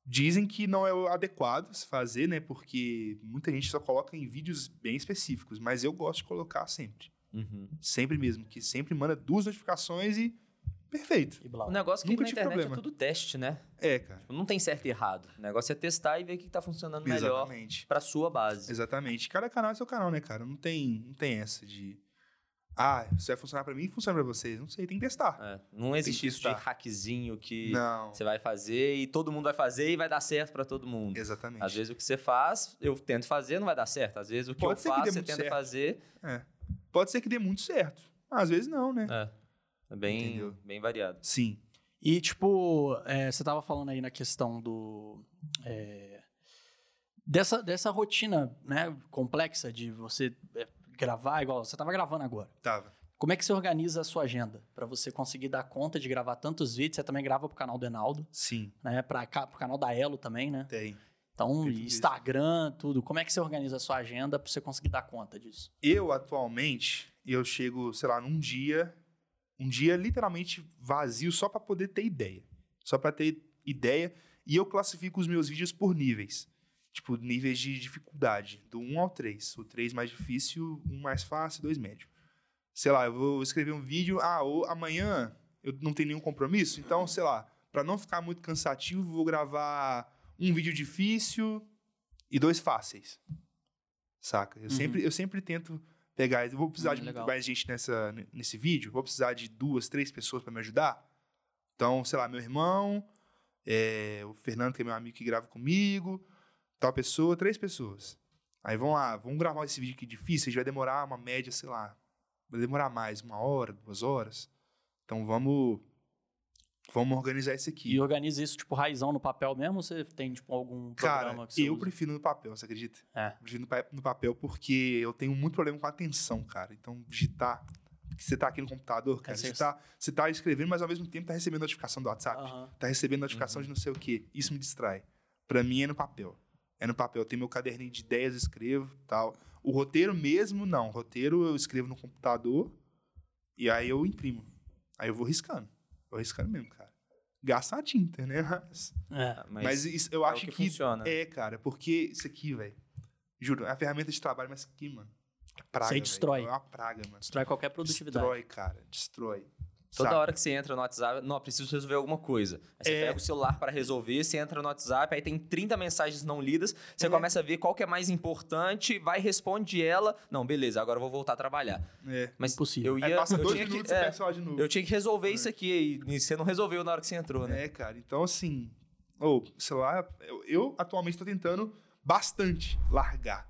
[SPEAKER 3] Dizem que não é o adequado se fazer, né? Porque muita gente só coloca em vídeos bem específicos, mas eu gosto de colocar sempre.
[SPEAKER 2] Uhum.
[SPEAKER 3] Sempre mesmo, que sempre manda duas notificações e perfeito.
[SPEAKER 1] e
[SPEAKER 2] O
[SPEAKER 1] blá.
[SPEAKER 2] negócio é que
[SPEAKER 3] Nunca
[SPEAKER 2] na
[SPEAKER 3] tive
[SPEAKER 2] internet é
[SPEAKER 3] problema.
[SPEAKER 2] tudo teste, né?
[SPEAKER 3] É, cara.
[SPEAKER 2] Não tem certo e errado. O negócio é testar e ver o que que tá funcionando melhor
[SPEAKER 3] Exatamente.
[SPEAKER 2] pra sua base.
[SPEAKER 3] Exatamente. Cada canal é seu canal, né, cara? Não tem, não tem essa de ah, isso vai funcionar pra mim e funciona pra vocês. Não sei, tem que testar.
[SPEAKER 2] É, não existe
[SPEAKER 3] que
[SPEAKER 2] isso de
[SPEAKER 3] testar.
[SPEAKER 2] hackzinho que
[SPEAKER 3] Não.
[SPEAKER 2] você vai fazer e todo mundo vai fazer e vai dar certo pra todo mundo.
[SPEAKER 3] Exatamente.
[SPEAKER 2] Às vezes o que você faz, eu tento fazer, não vai dar certo. Às vezes o que
[SPEAKER 3] Pode
[SPEAKER 2] eu
[SPEAKER 3] ser que dê
[SPEAKER 2] faço, você
[SPEAKER 3] muito
[SPEAKER 2] tenta
[SPEAKER 3] certo.
[SPEAKER 2] fazer.
[SPEAKER 3] Pode ser que dê muito certo. Às vezes não, né?
[SPEAKER 2] É, é bem,
[SPEAKER 3] Entendeu?
[SPEAKER 2] bem variado.
[SPEAKER 3] Sim.
[SPEAKER 1] E, tipo, é, você tava falando aí na questão do. é, dessa, dessa rotina, né, complexa de você é, gravar, igual você tava gravando agora.
[SPEAKER 3] Tava.
[SPEAKER 1] Como é que você organiza a sua agenda pra você conseguir dar conta de gravar tantos vídeos? Você também grava pro canal do Enaldo,
[SPEAKER 3] Sim,
[SPEAKER 1] né? Pra cá, pro canal da Elo também, né?
[SPEAKER 3] tem.
[SPEAKER 1] Então,
[SPEAKER 3] Tem tudo isso.
[SPEAKER 1] Instagram, tudo. Como é que você organiza a sua agenda pra você conseguir dar conta disso?
[SPEAKER 3] Eu, atualmente, eu chego, sei lá, num dia, um dia literalmente vazio só pra poder ter ideia. Só pra ter ideia. E eu classifico os meus vídeos por níveis. Tipo, níveis de dificuldade, do 1 ao 3. O 3 mais difícil, um mais fácil, dois médio. Sei lá, eu vou escrever um vídeo, ah, ou amanhã eu não tenho nenhum compromisso, então, sei lá, pra não ficar muito cansativo, vou gravar um vídeo difícil e dois fáceis. Saca? Eu,
[SPEAKER 1] Uhum.
[SPEAKER 3] sempre, eu sempre tento pegar. Eu vou precisar
[SPEAKER 1] Hum,
[SPEAKER 3] de muito
[SPEAKER 1] legal.
[SPEAKER 3] mais gente nessa, nesse vídeo. Vou precisar de duas, três pessoas pra me ajudar. Então, sei lá, meu irmão, é, o Fernando, que é meu amigo que grava comigo, tal pessoa, três pessoas. Aí vão lá, vamos gravar esse vídeo aqui difícil, a gente vai demorar uma média, sei lá, vai demorar mais, uma hora, duas horas. Então vamos, vamos organizar isso aqui.
[SPEAKER 1] E organiza isso, tipo, raizão no papel mesmo? Ou você tem, tipo, algum
[SPEAKER 3] Cara,
[SPEAKER 1] programa que você
[SPEAKER 3] eu
[SPEAKER 1] usa?
[SPEAKER 3] prefiro no papel, você acredita?
[SPEAKER 1] É.
[SPEAKER 3] Prefiro no pa- no papel porque eu tenho muito problema com a atenção, cara. Então, digitar. porque Você tá aqui no computador, cara. Você
[SPEAKER 1] certo.
[SPEAKER 3] tá, você tá escrevendo, mas ao mesmo tempo tá recebendo notificação do WhatsApp.
[SPEAKER 1] Aham.
[SPEAKER 3] Tá recebendo notificação de não sei o quê. Isso me distrai. Pra mim é no papel. É no papel. Eu tenho meu caderninho de ideias, eu escrevo tal. O roteiro mesmo, não. O roteiro eu escrevo no computador e aí eu imprimo. Aí eu vou riscando. Vou riscando mesmo, cara. Gasta a tinta, né? Mas,
[SPEAKER 1] É.
[SPEAKER 2] Ah,
[SPEAKER 3] mas,
[SPEAKER 2] Mas,
[SPEAKER 3] isso, eu
[SPEAKER 2] é o
[SPEAKER 3] acho
[SPEAKER 2] que
[SPEAKER 3] que
[SPEAKER 2] funciona.
[SPEAKER 1] né?
[SPEAKER 3] é, cara, porque isso aqui, velho. Juro, é uma ferramenta de trabalho, mas que, mano. É praga.
[SPEAKER 1] Isso aí
[SPEAKER 3] velho.
[SPEAKER 1] destrói.
[SPEAKER 3] É uma praga, mano.
[SPEAKER 1] Destrói qualquer produtividade.
[SPEAKER 3] Destrói, cara. Destrói.
[SPEAKER 2] Toda
[SPEAKER 3] saca?
[SPEAKER 2] hora que você entra no WhatsApp, não, preciso resolver alguma coisa. Aí você
[SPEAKER 3] É.
[SPEAKER 2] pega o celular pra resolver, você entra no WhatsApp, aí tem 30 mensagens não lidas, você
[SPEAKER 3] É.
[SPEAKER 2] começa a ver qual que é mais importante, vai, responde ela. Não, beleza, agora eu vou voltar a trabalhar.
[SPEAKER 3] É.
[SPEAKER 2] Mas
[SPEAKER 1] Impossível.
[SPEAKER 2] eu ia.
[SPEAKER 3] Aí passa
[SPEAKER 2] eu
[SPEAKER 3] dois
[SPEAKER 2] tinha que-
[SPEAKER 3] minutos e
[SPEAKER 2] é,
[SPEAKER 3] pega o celular de novo.
[SPEAKER 2] eu tinha que resolver isso aqui e você não resolveu na hora que você entrou, né?
[SPEAKER 3] É, cara. Então, assim, ou sei lá, eu, eu atualmente tô tentando bastante largar,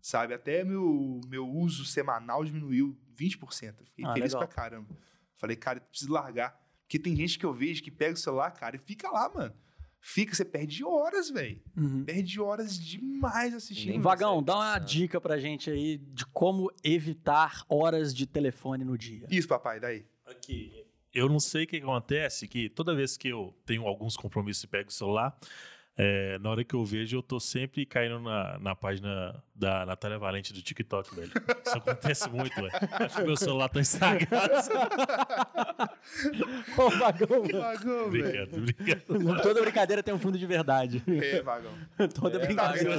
[SPEAKER 3] sabe? Até meu, meu uso semanal diminuiu 20%. Fiquei
[SPEAKER 1] Ah,
[SPEAKER 3] feliz
[SPEAKER 1] legal.
[SPEAKER 3] pra caramba. Falei, cara, eu preciso largar. Porque tem gente que eu vejo que pega o celular, cara, e fica lá, mano. Fica, você perde horas, velho.
[SPEAKER 1] Uhum.
[SPEAKER 3] Perde horas demais assistindo.
[SPEAKER 2] Nem
[SPEAKER 1] Vagão,
[SPEAKER 2] consegue
[SPEAKER 1] dá uma
[SPEAKER 2] pensar.
[SPEAKER 1] dica pra gente aí de como evitar horas de telefone no dia.
[SPEAKER 3] Isso, papai, daí.
[SPEAKER 5] Aqui, eu não sei o que acontece, que toda vez que eu tenho alguns compromissos e pego o celular, é, na hora que eu vejo, eu tô sempre caindo na, na página da Natália Valente do TikTok, velho. Isso acontece muito, velho. Acho que meu celular tá estragado.
[SPEAKER 1] Ô, Vagão,
[SPEAKER 3] Vagão, velho.
[SPEAKER 5] Obrigado, obrigado.
[SPEAKER 1] toda brincadeira tem um fundo de verdade.
[SPEAKER 3] É, tá vagão.
[SPEAKER 1] Toda brincadeira.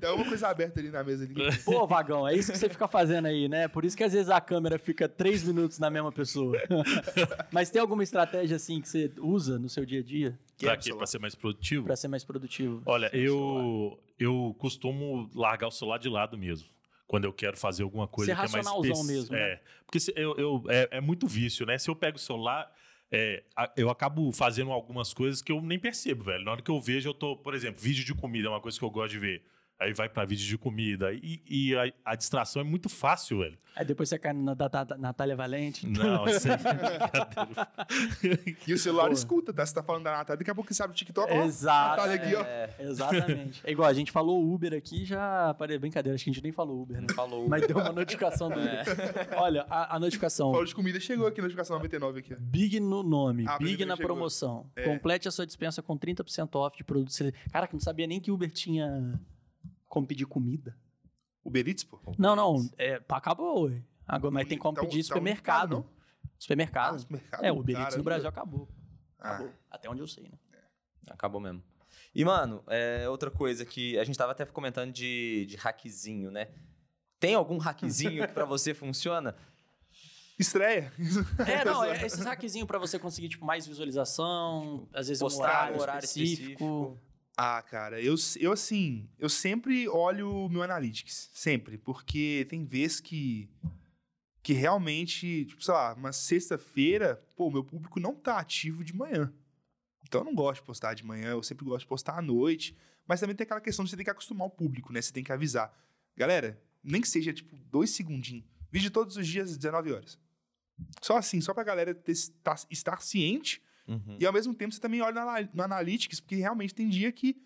[SPEAKER 3] Tem alguma coisa aberta ali na mesa. Ninguém...
[SPEAKER 1] Pô, Vagão, é isso que você fica fazendo aí, né? Por isso que às vezes a câmera fica três minutos na mesma pessoa. Mas tem alguma estratégia assim que você usa no seu dia a dia
[SPEAKER 5] Pra
[SPEAKER 3] Quebra é o celular.
[SPEAKER 5] quê? Tá Pra ser mais produtivo?
[SPEAKER 1] pra ser mais produtivo?
[SPEAKER 5] Olha, eu, eu costumo largar o celular de lado mesmo. Quando eu quero fazer alguma coisa
[SPEAKER 1] Ser
[SPEAKER 5] que é mais
[SPEAKER 1] racionalzão
[SPEAKER 5] pes-
[SPEAKER 1] mesmo,
[SPEAKER 5] É.
[SPEAKER 1] né?
[SPEAKER 5] Porque se eu, eu- é, é muito vício, né? Se eu pego o celular, é, a- eu acabo fazendo algumas coisas que eu nem percebo, velho. Na hora que eu vejo, eu tô, por exemplo, vídeo de comida é uma coisa que eu gosto de ver. Aí vai pra vídeo de comida. E, e a, a distração é muito fácil, velho.
[SPEAKER 1] Aí depois você cai na da, da- da Natália Valente.
[SPEAKER 5] Não, isso aí é brincadeira.
[SPEAKER 3] E o celular
[SPEAKER 1] Boa.
[SPEAKER 3] escuta, tá? Você tá falando da Natália, daqui a pouco você sabe o TikTok. ó,
[SPEAKER 1] Exato.
[SPEAKER 3] Tá Natália aqui, ó.
[SPEAKER 1] Exatamente. É igual, a gente falou Uber aqui já. Pare, brincadeira, acho que a gente nem falou Uber, né?
[SPEAKER 2] Falou.
[SPEAKER 1] Mas deu uma notificação do
[SPEAKER 3] É.
[SPEAKER 1] Uber. Olha, a, a notificação.
[SPEAKER 3] Paulo de comida chegou aqui na notificação 99 aqui. ó.
[SPEAKER 1] Big no nome,
[SPEAKER 3] Ah, pra mim
[SPEAKER 1] Big
[SPEAKER 3] também
[SPEAKER 1] na
[SPEAKER 3] chegou.
[SPEAKER 1] promoção. Complete a sua dispensa com 30% off de produtos. Cara, que não sabia nem que Uber tinha como pedir comida.
[SPEAKER 3] Uber Eats, pô.
[SPEAKER 1] Não, não, é, pá, acabou. ué. Agora, mas tem como
[SPEAKER 3] Tá um-
[SPEAKER 1] pedir
[SPEAKER 3] tá um
[SPEAKER 1] supermercado.
[SPEAKER 3] mercado,
[SPEAKER 1] supermercado.
[SPEAKER 3] Ah, supermercado.
[SPEAKER 1] É, o Uber Eats
[SPEAKER 3] Caramba.
[SPEAKER 1] no Brasil acabou.
[SPEAKER 3] Ah,
[SPEAKER 1] Acabou. Até onde eu sei, né?
[SPEAKER 2] Acabou mesmo. E, mano, é, outra coisa que a gente tava até comentando de, de hackzinho, né? Tem algum hackzinho que pra você funciona?
[SPEAKER 3] Estreia.
[SPEAKER 1] É, não, é esses hackzinhos pra você conseguir, tipo, mais visualização, às vezes um
[SPEAKER 2] Postar
[SPEAKER 1] horário,
[SPEAKER 2] no horário
[SPEAKER 1] específico.
[SPEAKER 2] específico.
[SPEAKER 3] Ah, cara, eu, eu assim, eu sempre olho o meu Analytics. Sempre. Porque tem vezes que. Que realmente, tipo, sei lá, uma sexta-feira, pô, meu público não tá ativo de manhã. Então eu não gosto de postar de manhã, eu sempre gosto de postar à noite. Mas também tem aquela questão de você ter que acostumar o público, né? Você tem que avisar. Galera, nem que seja, tipo, dois segundinhos. Vídeo todos os dias às 19 horas. Só assim, só pra galera ter- tá- estar ciente
[SPEAKER 2] Uhum.
[SPEAKER 3] E ao mesmo tempo você também olha na- no Analytics, porque realmente tem dia que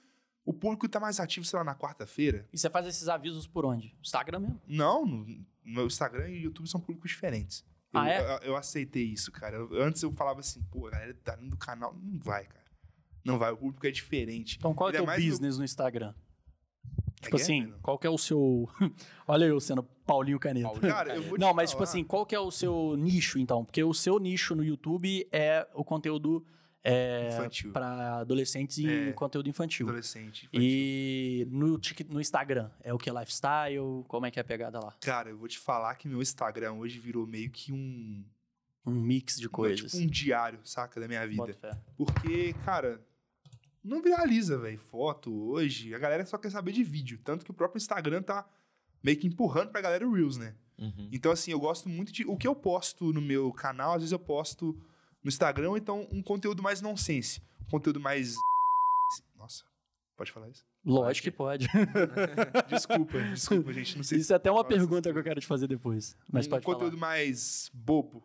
[SPEAKER 3] o público tá mais ativo, sei lá, na quarta-feira.
[SPEAKER 1] E você faz esses avisos por onde? Instagram mesmo.
[SPEAKER 3] Não, no meu Instagram e YouTube são públicos diferentes. Eu,
[SPEAKER 1] Ah, é?
[SPEAKER 3] eu, eu aceitei isso, cara. Eu- antes eu falava assim, pô, a galera tá dentro do canal. Não vai, cara. Não vai, o público é diferente.
[SPEAKER 1] Então, qual é o
[SPEAKER 3] Ainda
[SPEAKER 1] teu
[SPEAKER 3] mais no-
[SPEAKER 1] business no Instagram?
[SPEAKER 3] É
[SPEAKER 1] Tipo
[SPEAKER 3] que é,
[SPEAKER 1] assim,
[SPEAKER 3] Breno?
[SPEAKER 1] qual que é o seu. Olha eu sendo Paulinho Caneta.
[SPEAKER 3] Cara, eu vou te
[SPEAKER 1] Não, mas tipo
[SPEAKER 3] falar.
[SPEAKER 1] assim, qual que é o seu nicho então? Porque o seu nicho no YouTube é o conteúdo é,
[SPEAKER 3] Infantil.
[SPEAKER 1] para adolescentes e
[SPEAKER 3] É.
[SPEAKER 1] conteúdo infantil.
[SPEAKER 3] Adolescente. infantil.
[SPEAKER 1] E no, Tik- no Instagram, é o que? Lifestyle? Como é que é a pegada lá?
[SPEAKER 3] Cara, eu vou te falar que meu Instagram hoje virou meio que um.
[SPEAKER 1] Um mix de coisas.
[SPEAKER 3] Tipo um diário, saca? Da minha vida.
[SPEAKER 1] Bota fé.
[SPEAKER 3] Porque, cara, não viraliza, velho. Foto hoje, a galera só quer saber de vídeo. Tanto que o próprio Instagram tá meio que empurrando pra galera o Reels, né?
[SPEAKER 2] Uhum.
[SPEAKER 3] Então, assim, eu gosto muito de. O que eu posto no meu canal, às vezes eu posto no Instagram, ou então um conteúdo mais nonsense. Um conteúdo mais. Nossa, pode falar isso?
[SPEAKER 1] Lógico que pode.
[SPEAKER 3] Desculpa, desculpa, gente. Não sei
[SPEAKER 1] Isso é até uma
[SPEAKER 3] Nossa,
[SPEAKER 1] pergunta que eu quero te fazer depois. Mas
[SPEAKER 3] um
[SPEAKER 1] pode falar.
[SPEAKER 3] conteúdo mais bobo,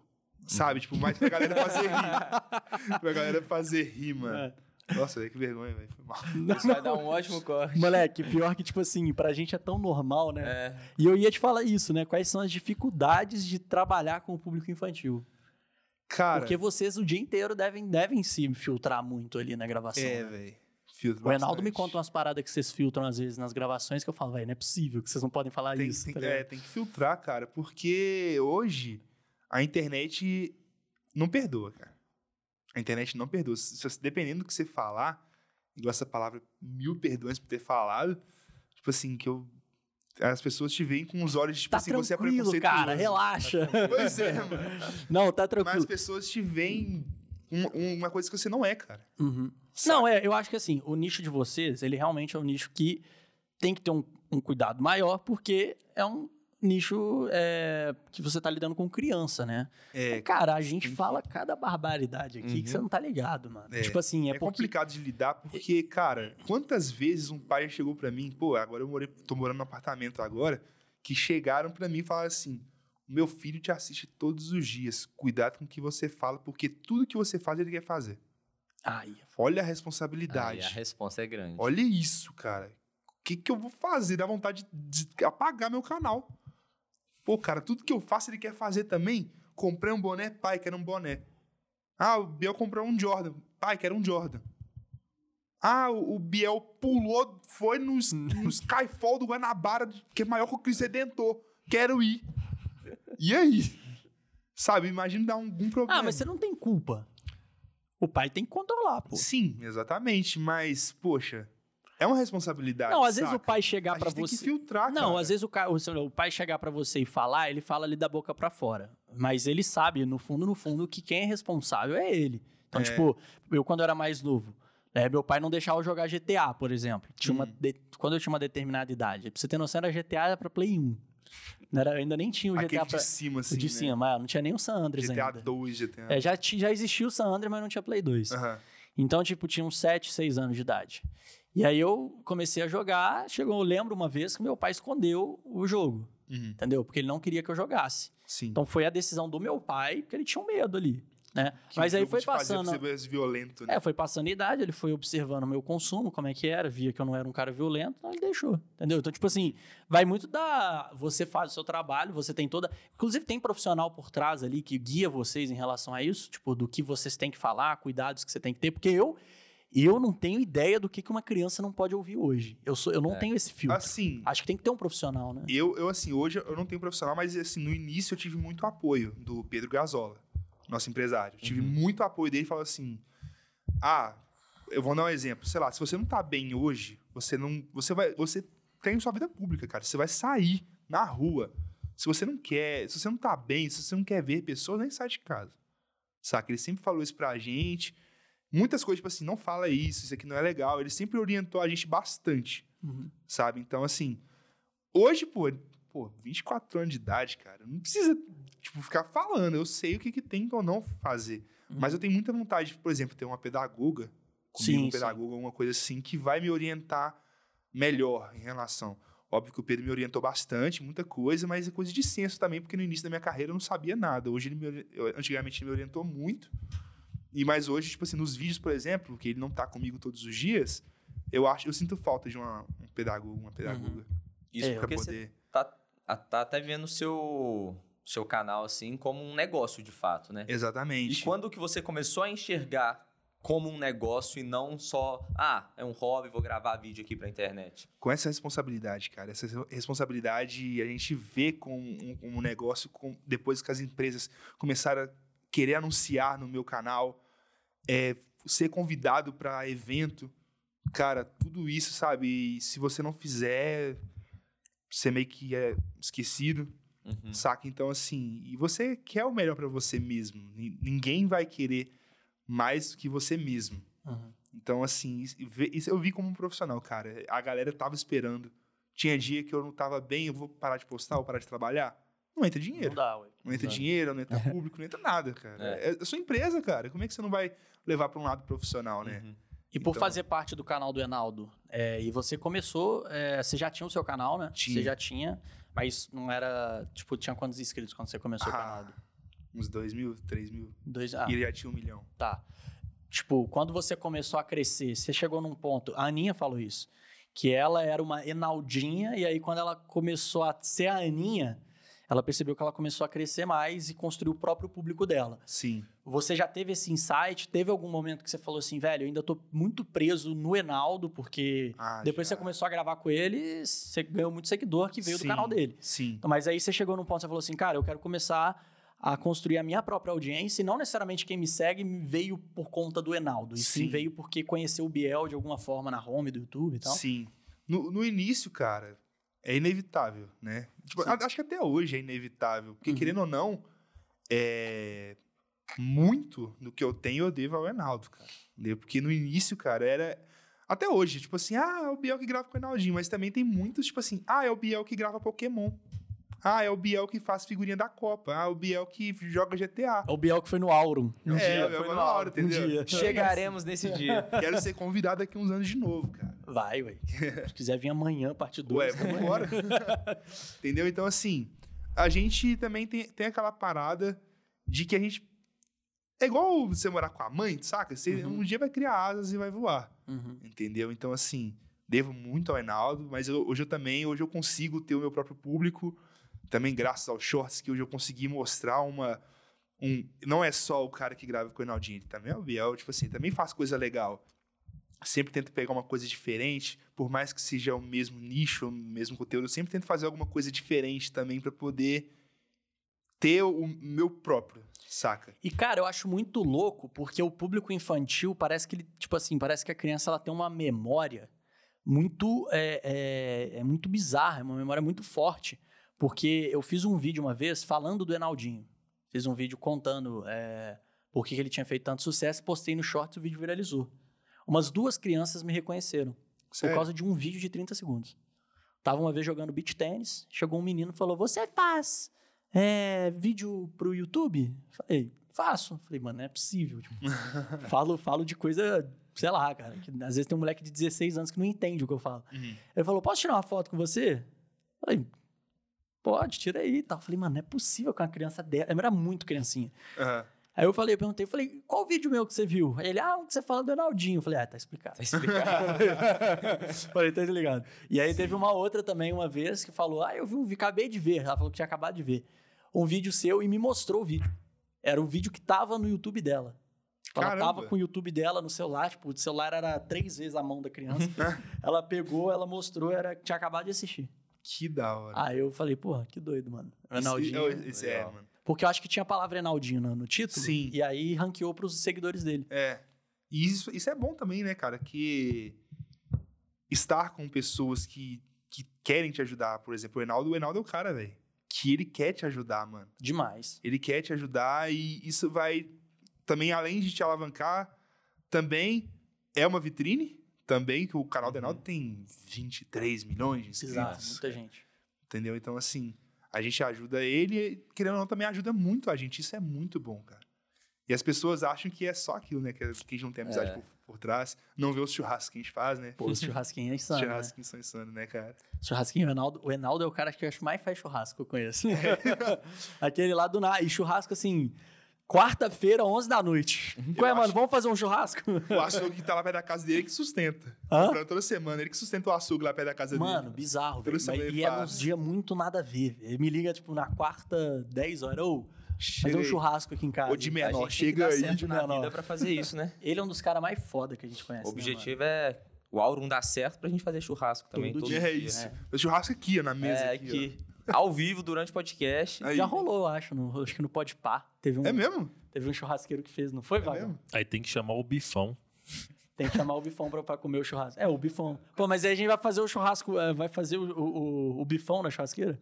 [SPEAKER 3] sabe? Tipo, mais pra galera fazer rir. pra galera fazer rir,
[SPEAKER 1] É.
[SPEAKER 3] mano. Nossa, velho, que vergonha, velho. Foi mal.
[SPEAKER 2] Isso vai dar um ótimo corte.
[SPEAKER 1] Moleque, pior que, tipo assim, pra gente é tão normal, né?
[SPEAKER 2] É.
[SPEAKER 1] E eu ia te falar isso, né? Quais são as dificuldades de trabalhar com o público infantil?
[SPEAKER 3] Cara.
[SPEAKER 1] Porque vocês o dia inteiro devem, devem se filtrar muito ali na gravação.
[SPEAKER 3] É,
[SPEAKER 1] né?
[SPEAKER 3] velho.
[SPEAKER 1] O Reinaldo me conta umas paradas que vocês filtram às vezes nas gravações que eu falo, velho, não é possível que vocês não podem falar
[SPEAKER 3] tem,
[SPEAKER 1] isso.
[SPEAKER 3] tem-
[SPEAKER 1] tá ligado?
[SPEAKER 3] é, tem que filtrar, cara, porque hoje a internet não perdoa, cara. A internet não perdoa. Se, se, dependendo do que você falar, igual essa palavra, mil perdões por ter falado, tipo assim, que eu. As pessoas te veem com os olhos de tipo
[SPEAKER 1] Tá
[SPEAKER 3] assim, você é
[SPEAKER 1] tranquilo, cara,
[SPEAKER 3] preconceituoso.
[SPEAKER 1] relaxa.
[SPEAKER 3] Pois é, mano.
[SPEAKER 1] Não, tá
[SPEAKER 3] Mas as
[SPEAKER 1] tranquilo.
[SPEAKER 3] pessoas te veem um- uma coisa que você não é, cara.
[SPEAKER 1] Uhum. Não, é, eu acho que assim, o nicho de vocês, ele realmente é um nicho que tem que ter um, um cuidado maior, porque é um nicho é, que você tá lidando com criança, né?
[SPEAKER 3] É,
[SPEAKER 1] Cara, a gente fala cada barbaridade aqui que
[SPEAKER 3] Uhum.
[SPEAKER 1] você não tá ligado, mano.
[SPEAKER 3] É,
[SPEAKER 1] tipo assim, é,
[SPEAKER 3] É,
[SPEAKER 1] porque...
[SPEAKER 3] complicado de lidar porque, cara, quantas vezes um pai chegou pra mim, pô, agora eu morei, tô morando num apartamento agora, que chegaram pra mim e falaram assim: meu filho te assiste todos os dias, cuidado com o que você fala, porque tudo que você faz ele quer fazer.
[SPEAKER 1] Ai,
[SPEAKER 3] Olha a
[SPEAKER 2] Aí
[SPEAKER 3] responsabilidade.
[SPEAKER 2] a resposta é grande.
[SPEAKER 3] Olha isso, cara. O que, que eu vou fazer? Dá vontade de de apagar meu canal. Pô, cara, tudo que eu faço ele quer fazer também. Comprei um boné, pai, quero um boné. Ah, o Biel comprou um Jordan. Pai, quero um Jordan. Ah, o o Biel pulou, foi no, s- no Skyfall do Guanabara, que é maior que o Cristo Redentor. Quero ir. E aí? Sabe, imagina dar um, algum problema.
[SPEAKER 1] Ah, mas você não tem culpa. O pai tem que controlar, pô.
[SPEAKER 3] Sim, exatamente, mas, poxa, é uma responsabilidade.
[SPEAKER 1] Não, às vezes o
[SPEAKER 3] saca?
[SPEAKER 1] pai chegar
[SPEAKER 3] a
[SPEAKER 1] pra
[SPEAKER 3] gente tem que
[SPEAKER 1] você.
[SPEAKER 3] filtrar,
[SPEAKER 1] Não,
[SPEAKER 3] cara.
[SPEAKER 1] às vezes o, ca- o seu- o pai chegar pra você e falar, ele fala ali da boca pra fora. Mas ele sabe, no fundo, no fundo, que quem é responsável é ele. Então,
[SPEAKER 3] É.
[SPEAKER 1] tipo, eu quando era mais novo, né, meu pai não deixava eu jogar GTA, por exemplo. Tinha uma
[SPEAKER 3] Hum.
[SPEAKER 1] de- Quando eu tinha uma determinada idade. Pra você ter noção, era GTA era pra Play 1. Não era, ainda nem tinha o GTA
[SPEAKER 3] Aquele
[SPEAKER 1] pra...
[SPEAKER 3] de cima,
[SPEAKER 1] o
[SPEAKER 3] assim,
[SPEAKER 1] de
[SPEAKER 3] né?
[SPEAKER 1] cima, mas não tinha nem o San Andreas
[SPEAKER 3] GTA
[SPEAKER 1] ainda.
[SPEAKER 3] 2, GTA...
[SPEAKER 1] É, já, ti- já existia o San Andreas, mas não tinha Play 2.
[SPEAKER 3] Aham.
[SPEAKER 1] Então, tipo, tinha uns 7, 6 anos de idade. E aí eu comecei a jogar, chegou, eu lembro uma vez que meu pai escondeu o jogo,
[SPEAKER 3] Uhum.
[SPEAKER 1] entendeu? Porque ele não queria que eu jogasse.
[SPEAKER 3] Sim.
[SPEAKER 1] Então foi a decisão do meu pai, porque ele tinha um medo ali, né?
[SPEAKER 3] Que
[SPEAKER 1] Mas
[SPEAKER 3] o
[SPEAKER 1] aí
[SPEAKER 3] jogo
[SPEAKER 1] foi
[SPEAKER 3] te fazia
[SPEAKER 1] passando,
[SPEAKER 3] Você mais violento, né?
[SPEAKER 1] é, foi passando a idade, ele foi observando o meu consumo, como é que era, via que eu não era um cara violento, então ele deixou, entendeu? Então, tipo assim, vai muito da... Você faz o seu trabalho, você tem toda... Inclusive, tem profissional por trás ali que guia vocês em relação a isso, tipo, do que vocês têm que falar, cuidados que você tem que ter, porque eu... Eu não tenho ideia do que que uma criança não pode ouvir hoje. Eu, sou, eu não
[SPEAKER 2] É.
[SPEAKER 1] tenho esse filtro.
[SPEAKER 3] Assim,
[SPEAKER 1] Acho que tem que ter um profissional, né?
[SPEAKER 3] eu, eu, assim, hoje eu não tenho profissional, mas, assim, no início eu tive muito apoio do Pedro Gazola, nosso empresário. Eu tive
[SPEAKER 1] Uhum.
[SPEAKER 3] muito apoio dele, falou assim, ah, eu vou dar um exemplo, sei lá, se você não tá bem hoje, você não, você vai, você tem sua vida pública, cara, você vai sair na rua. Se você não quer, se você não tá bem, se você não quer ver pessoas, nem sai de casa. Saca? Ele sempre falou isso pra gente. Muitas coisas, tipo assim, não fala isso, isso aqui não é legal. Ele sempre orientou a gente bastante.
[SPEAKER 1] Uhum.
[SPEAKER 3] Sabe? Então, assim, hoje, pô, pô, 24 anos de idade, cara, não precisa, tipo, ficar falando. Eu sei o que, que tem ou não fazer.
[SPEAKER 1] Uhum.
[SPEAKER 3] Mas eu tenho muita vontade, de, por exemplo, ter uma pedagoga comigo,
[SPEAKER 1] Sim,
[SPEAKER 3] um pedagogo, alguma coisa assim, que vai me orientar melhor em relação. Óbvio que o Pedro me orientou bastante, muita coisa, mas é coisa de senso também, porque no início da minha carreira eu não sabia nada. Hoje ele me, ori- eu- antigamente ele me orientou muito. E mas hoje, tipo assim, nos vídeos, por exemplo, que ele não tá comigo todos os dias, eu acho, eu sinto falta de uma, um pedagogo, uma pedagoga
[SPEAKER 2] Isso
[SPEAKER 1] É,
[SPEAKER 2] Uhum.
[SPEAKER 3] pra
[SPEAKER 2] porque você
[SPEAKER 3] poder.
[SPEAKER 2] tá, a- tá até vendo o seu, seu canal assim como um negócio de fato, né? E
[SPEAKER 3] Exatamente.
[SPEAKER 2] quando que você começou a enxergar como um negócio e não só, ah, é um hobby, vou gravar vídeo aqui pra internet?
[SPEAKER 3] com essa responsabilidade, cara. Essa responsabilidade a gente vê com um, um negócio com- depois que as empresas começaram a querer anunciar no meu canal, é, ser convidado para evento. Cara, tudo isso, sabe? E se você não fizer, você meio que é esquecido,
[SPEAKER 2] Uhum.
[SPEAKER 3] saca? Então, assim, e você quer o melhor para você mesmo. Nin- Ninguém vai querer mais do que você mesmo.
[SPEAKER 1] Uhum.
[SPEAKER 3] Então, assim, isso vê- isso eu vi como um profissional, cara. A galera tava esperando. Tinha dia que eu não tava bem, eu vou parar de postar, vou parar de trabalhar. Não entra
[SPEAKER 1] Não
[SPEAKER 3] dinheiro.
[SPEAKER 1] dá, ué.
[SPEAKER 3] Não entra dinheiro, não entra público, não entra nada, cara. É. é sua empresa, cara. Como é que você não vai levar pra um lado profissional, né?
[SPEAKER 2] Uhum.
[SPEAKER 1] E por
[SPEAKER 3] Então-
[SPEAKER 1] fazer parte do canal do Enaldo, é, e você começou, é, você já tinha o seu canal, né?
[SPEAKER 3] Tinha.
[SPEAKER 1] Você já tinha, mas não era, tipo, tinha quantos inscritos quando você começou o
[SPEAKER 3] Ah.
[SPEAKER 1] canal?
[SPEAKER 3] Uns dois mil, três mil.
[SPEAKER 1] Dois, ah,
[SPEAKER 3] E ele já tinha um milhão.
[SPEAKER 1] tá. Tipo, quando você começou a crescer, você chegou num ponto, a Aninha falou isso, que ela era uma Enaldinha, e aí quando ela começou a ser a Aninha, ela percebeu que ela começou a crescer mais e construiu o próprio público dela.
[SPEAKER 3] Sim.
[SPEAKER 1] Você já teve esse insight? Teve algum momento que você falou assim, velho, eu ainda tô muito preso no Enaldo, porque
[SPEAKER 3] Ah,
[SPEAKER 1] Depois
[SPEAKER 3] já.
[SPEAKER 1] você começou a gravar com ele, você ganhou muito seguidor que veio
[SPEAKER 3] Sim,
[SPEAKER 1] do canal dele.
[SPEAKER 3] Sim.
[SPEAKER 1] Então, Mas aí você chegou num ponto que você falou assim, cara, eu quero começar a construir a minha própria audiência e não necessariamente quem me segue me veio por conta do Enaldo. E sim
[SPEAKER 3] Sim.
[SPEAKER 1] veio
[SPEAKER 2] Então,
[SPEAKER 1] porque conheceu o Biel de alguma forma na home do YouTube e tal.
[SPEAKER 3] Sim. No, no início, cara, é inevitável, né? Tipo, a- acho que até hoje é inevitável, porque
[SPEAKER 1] Uhum.
[SPEAKER 3] querendo ou não, é muito do que eu tenho eu devo ao Reinaldo, cara. Entendeu? Porque no início, cara, era até hoje, tipo assim, ah, é o Biel que grava com o Reinaldinho, mas também tem muitos, tipo assim, ah, é o Biel que grava Pokémon. Ah, é o Biel que faz figurinha da Copa. Ah, é o Biel que joga GTA.
[SPEAKER 1] É o Biel que foi no Aurum.
[SPEAKER 2] Um
[SPEAKER 3] é,
[SPEAKER 2] dia,
[SPEAKER 3] eu
[SPEAKER 2] foi
[SPEAKER 3] vou
[SPEAKER 2] na
[SPEAKER 3] na hora,
[SPEAKER 2] hora. um
[SPEAKER 3] entendeu?
[SPEAKER 1] dia.
[SPEAKER 2] Chegaremos nesse dia.
[SPEAKER 3] Quero ser convidado aqui uns anos de novo, cara.
[SPEAKER 1] Vai, ué. Se quiser vir amanhã, parte né? 2.
[SPEAKER 3] Ué, vamos embora. Entendeu? Então, assim, a gente também tem, tem aquela parada de que a gente. É igual você morar com a mãe, saca? Você um dia vai criar asas e vai voar.
[SPEAKER 1] Uhum.
[SPEAKER 3] Entendeu? Então, assim, devo muito ao Reinaldo, mas eu- hoje eu também, hoje eu consigo ter o meu próprio público. Também graças aos shorts que hoje eu consegui mostrar uma. Um, não é só o cara que grava com o Reinaldinho, ele também é o Biel, tipo assim, também faz coisa legal. Sempre tento pegar uma coisa diferente, por mais que seja o mesmo nicho, o mesmo conteúdo, eu sempre tento fazer alguma coisa diferente também pra poder ter o meu próprio, saca?
[SPEAKER 1] E, cara, eu acho muito louco, porque o público infantil parece que ele, tipo assim, parece que a criança ela tem uma memória muito. É, é- é muito bizarra, é uma memória muito forte. Porque eu fiz um vídeo uma vez falando do Enaldinho. Fiz um vídeo contando é, por que que ele tinha feito tanto sucesso, postei no shorts e o vídeo viralizou. Umas duas crianças me reconheceram por
[SPEAKER 3] Sério?
[SPEAKER 1] causa de um vídeo de 30 segundos. Tava uma vez jogando beach tênis, chegou um menino e falou: Você faz é, vídeo pro YouTube? Falei, faço. Falei, mano, não é possível. Tipo, falo, falo de coisa, sei lá, cara. que às vezes tem um moleque de 16 anos que não entende o que eu falo. Ele falou: Posso tirar uma foto com você? Falei, pode, tira aí e tal. Falei, mano, não é possível que uma criança dela. Ela era muito criancinha.
[SPEAKER 3] Aham.
[SPEAKER 1] Aí eu falei, eu perguntei, eu falei, qual vídeo meu que você viu? Aí ele, ah, um que você fala do Ronaldinho. Eu falei, ah, tá explicado. Tá explicado. falei, tá ligado. E aí teve uma outra também, uma vez, que falou, ah, eu vi um vi- acabei de ver. Ela falou que tinha acabado de ver. Um vídeo seu e me mostrou o vídeo. Era um vídeo que tava no YouTube dela. Tipo, ela
[SPEAKER 3] Caramba.
[SPEAKER 1] tava com o YouTube dela no celular, tipo, o celular era três vezes a mão da criança.
[SPEAKER 3] Né?
[SPEAKER 1] ela pegou, ela mostrou, era tinha acabado de assistir.
[SPEAKER 3] Que da hora.
[SPEAKER 1] Aí eu falei, porra, que doido, mano.
[SPEAKER 3] Isso-
[SPEAKER 1] Ronaldinho.
[SPEAKER 3] é, isso é,
[SPEAKER 2] legal.
[SPEAKER 3] mano.
[SPEAKER 1] Porque eu acho que tinha a palavra Enaldinho no, no título.
[SPEAKER 3] Sim.
[SPEAKER 1] E aí ranqueou pros seguidores dele.
[SPEAKER 3] É. E isso, isso é bom também, né, cara? Que estar com pessoas que, que querem te ajudar, por exemplo, o Reinaldo, o Reinaldo é o cara, velho. Que ele quer te ajudar, mano.
[SPEAKER 1] Demais.
[SPEAKER 3] Ele quer te ajudar e isso vai também, além de te alavancar, também é uma vitrine. Também, que o canal do Reinaldo tem 23 milhões de
[SPEAKER 1] Precisava,
[SPEAKER 3] inscritos.
[SPEAKER 1] muita gente.
[SPEAKER 3] Entendeu? Então, assim, a gente ajuda ele e, querendo ou não, também ajuda muito a gente. Isso é muito bom, cara. E as pessoas acham que é só aquilo, né? Que a que a gente não tem amizade
[SPEAKER 2] É.
[SPEAKER 3] por, por trás. Não vê os churrascos que a gente faz, né?
[SPEAKER 1] Pô, os churrasquinhos é
[SPEAKER 3] os
[SPEAKER 1] insano, né?
[SPEAKER 3] churrascos que são insanos, né, cara?
[SPEAKER 1] Churrasquinho, o Enaldo, o Enaldo é o cara que eu acho que mais faz churrasco que eu conheço. Aquele lá do nada. E churrasco, assim, quarta-feira, 11 da noite. Ué,
[SPEAKER 3] Uhum. acho-
[SPEAKER 1] mano, vamos fazer um churrasco?
[SPEAKER 3] O açougue que tá lá perto da casa dele que sustenta.
[SPEAKER 1] Hã?
[SPEAKER 3] Comprando toda semana, ele que sustenta o açougue lá perto da casa
[SPEAKER 1] Mano,
[SPEAKER 3] dele.
[SPEAKER 1] bizarro,
[SPEAKER 3] Tudo
[SPEAKER 1] velho.
[SPEAKER 3] isso
[SPEAKER 1] Mas-
[SPEAKER 3] ele
[SPEAKER 1] E é
[SPEAKER 3] faz.
[SPEAKER 1] uns dias muito nada a ver. velho. Ele me liga, tipo, na quarta, 10 horas. Ô, fazer um
[SPEAKER 3] Cheguei.
[SPEAKER 1] churrasco aqui em casa.
[SPEAKER 3] Ô, de
[SPEAKER 2] A
[SPEAKER 3] menor,
[SPEAKER 2] gente tem que
[SPEAKER 3] chega
[SPEAKER 2] dar
[SPEAKER 3] aí.
[SPEAKER 2] certo na
[SPEAKER 1] Menor.
[SPEAKER 2] vida pra fazer isso, né?
[SPEAKER 1] Ele é um dos caras mais foda que a gente conhece.
[SPEAKER 2] O
[SPEAKER 1] né,
[SPEAKER 2] objetivo é o Aurum dar certo pra gente fazer churrasco também.
[SPEAKER 1] Todo
[SPEAKER 2] Todo
[SPEAKER 1] dia né?
[SPEAKER 2] dia.
[SPEAKER 3] É isso. O churrasco aqui, ó, na mesa.
[SPEAKER 2] É,
[SPEAKER 3] aqui, É
[SPEAKER 2] aqui, ao vivo, durante o podcast.
[SPEAKER 3] ó.
[SPEAKER 1] mano?
[SPEAKER 3] Aí.
[SPEAKER 1] Já rolou, eu acho. No, acho que no Pode Pá. Teve um,
[SPEAKER 3] É mesmo?
[SPEAKER 1] Teve um churrasqueiro que fez, não foi,
[SPEAKER 3] É
[SPEAKER 1] Wagner?
[SPEAKER 3] mesmo?
[SPEAKER 5] Aí tem que chamar o bifão.
[SPEAKER 1] Tem que chamar o bifão pra, pra comer o churrasco. É, o bifão. Pô, mas aí a gente vai fazer o churrasco, é, vai fazer o, o, o- o bifão na churrasqueira?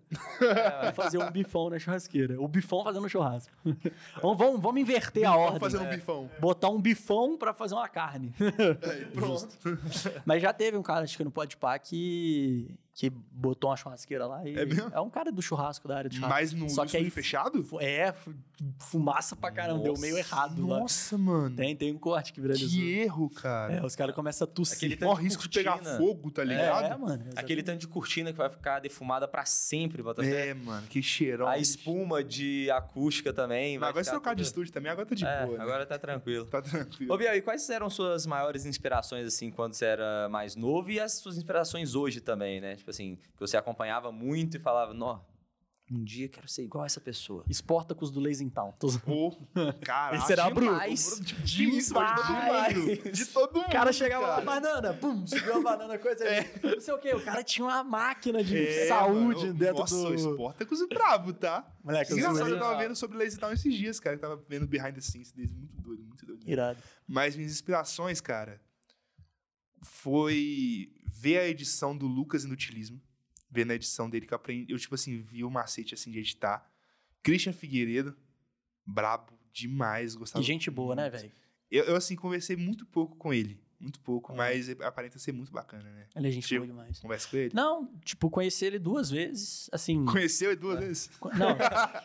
[SPEAKER 1] vai fazer um bifão na churrasqueira. O bifão fazendo churrasco. vamos, vamos, vamos inverter a ordem. né?
[SPEAKER 3] Vamos fazer um bifão.
[SPEAKER 1] Botar um bifão pra fazer uma carne.
[SPEAKER 3] Aí, pronto.
[SPEAKER 1] mas já teve um cara, acho que no Pode Pá, que, que botou uma churrasqueira lá. E
[SPEAKER 3] É mesmo?
[SPEAKER 1] um cara do churrasco, da área do churrasco.
[SPEAKER 3] Mas no,
[SPEAKER 1] Só
[SPEAKER 3] no
[SPEAKER 1] que aí-
[SPEAKER 3] estúdio fechado?
[SPEAKER 1] Fu- É, fu- fumaça pra caramba. Deu meio errado lá.
[SPEAKER 3] Nossa, mano.
[SPEAKER 1] Tem, tem um corte que viralizou.
[SPEAKER 3] Que erro, cara.
[SPEAKER 1] É, os caras começam a tossir.
[SPEAKER 2] Aquele
[SPEAKER 3] Mó
[SPEAKER 2] tanto
[SPEAKER 3] risco de pegar
[SPEAKER 2] cortina.
[SPEAKER 3] fogo, tá
[SPEAKER 1] É,
[SPEAKER 3] ligado?
[SPEAKER 1] mano.
[SPEAKER 2] Aquele tanto de cortina que vai ficar defumada pra sempre, Botafé.
[SPEAKER 3] É, mano, que cheirão.
[SPEAKER 2] A espuma de acústica também.
[SPEAKER 3] Mas
[SPEAKER 2] vai
[SPEAKER 3] agora se
[SPEAKER 2] ficar
[SPEAKER 3] trocar de
[SPEAKER 2] tudo-
[SPEAKER 3] estúdio também, agora tá de
[SPEAKER 2] É,
[SPEAKER 3] boa. né?
[SPEAKER 2] agora tá tranquilo.
[SPEAKER 3] Tá tranquilo.
[SPEAKER 2] Ô, Biel, e quais eram suas maiores inspirações, assim, quando você era mais novo e as suas inspirações hoje também, né? Tipo assim, que você acompanhava muito e falava, nó, um dia eu quero ser igual a essa pessoa.
[SPEAKER 1] Esportacos do Lazy Town. Tô zoando.
[SPEAKER 3] Ô, caralho.
[SPEAKER 1] Esse era bruto.
[SPEAKER 3] demais. Tipo, Demais.
[SPEAKER 1] Demais.
[SPEAKER 3] De todo mundo. De todo mundo.
[SPEAKER 1] O cara chegava lá,
[SPEAKER 3] cara.
[SPEAKER 1] banana, pum, subiu a banana, coisa aí. Não sei o quê. O cara tinha uma máquina de
[SPEAKER 3] É,
[SPEAKER 1] saúde
[SPEAKER 3] mano,
[SPEAKER 1] dentro
[SPEAKER 3] Nossa,
[SPEAKER 1] do. É
[SPEAKER 3] o Sportacus é brabo, tá?
[SPEAKER 1] Moleque, eu
[SPEAKER 3] Engraçado,
[SPEAKER 1] zoei.
[SPEAKER 3] eu tava vendo sobre Lazy Town esses dias, cara. Eu tava vendo Behind the Scenes deles. Muito doido, muito doido.
[SPEAKER 1] Irado.
[SPEAKER 3] Mas minhas inspirações, cara, foi ver a edição do Lucas Inutilismo. vendo a edição dele que eu aprendi. Eu, tipo assim, vi o macete assim de editar. Christian Figueiredo, brabo demais,
[SPEAKER 1] Que
[SPEAKER 3] gostava.
[SPEAKER 1] gente boa, né,
[SPEAKER 3] muito.
[SPEAKER 1] velho?
[SPEAKER 3] Eu, eu, assim, conversei muito pouco com ele. Muito pouco,
[SPEAKER 1] Ah.
[SPEAKER 3] mas aparenta ser muito bacana, né?
[SPEAKER 1] Ele é gente
[SPEAKER 3] Tipo-
[SPEAKER 1] boa demais.
[SPEAKER 3] Conversa com ele.
[SPEAKER 1] Não, tipo, conheci ele duas vezes, assim.
[SPEAKER 3] Conheceu ele duas vezes?
[SPEAKER 1] co- Não,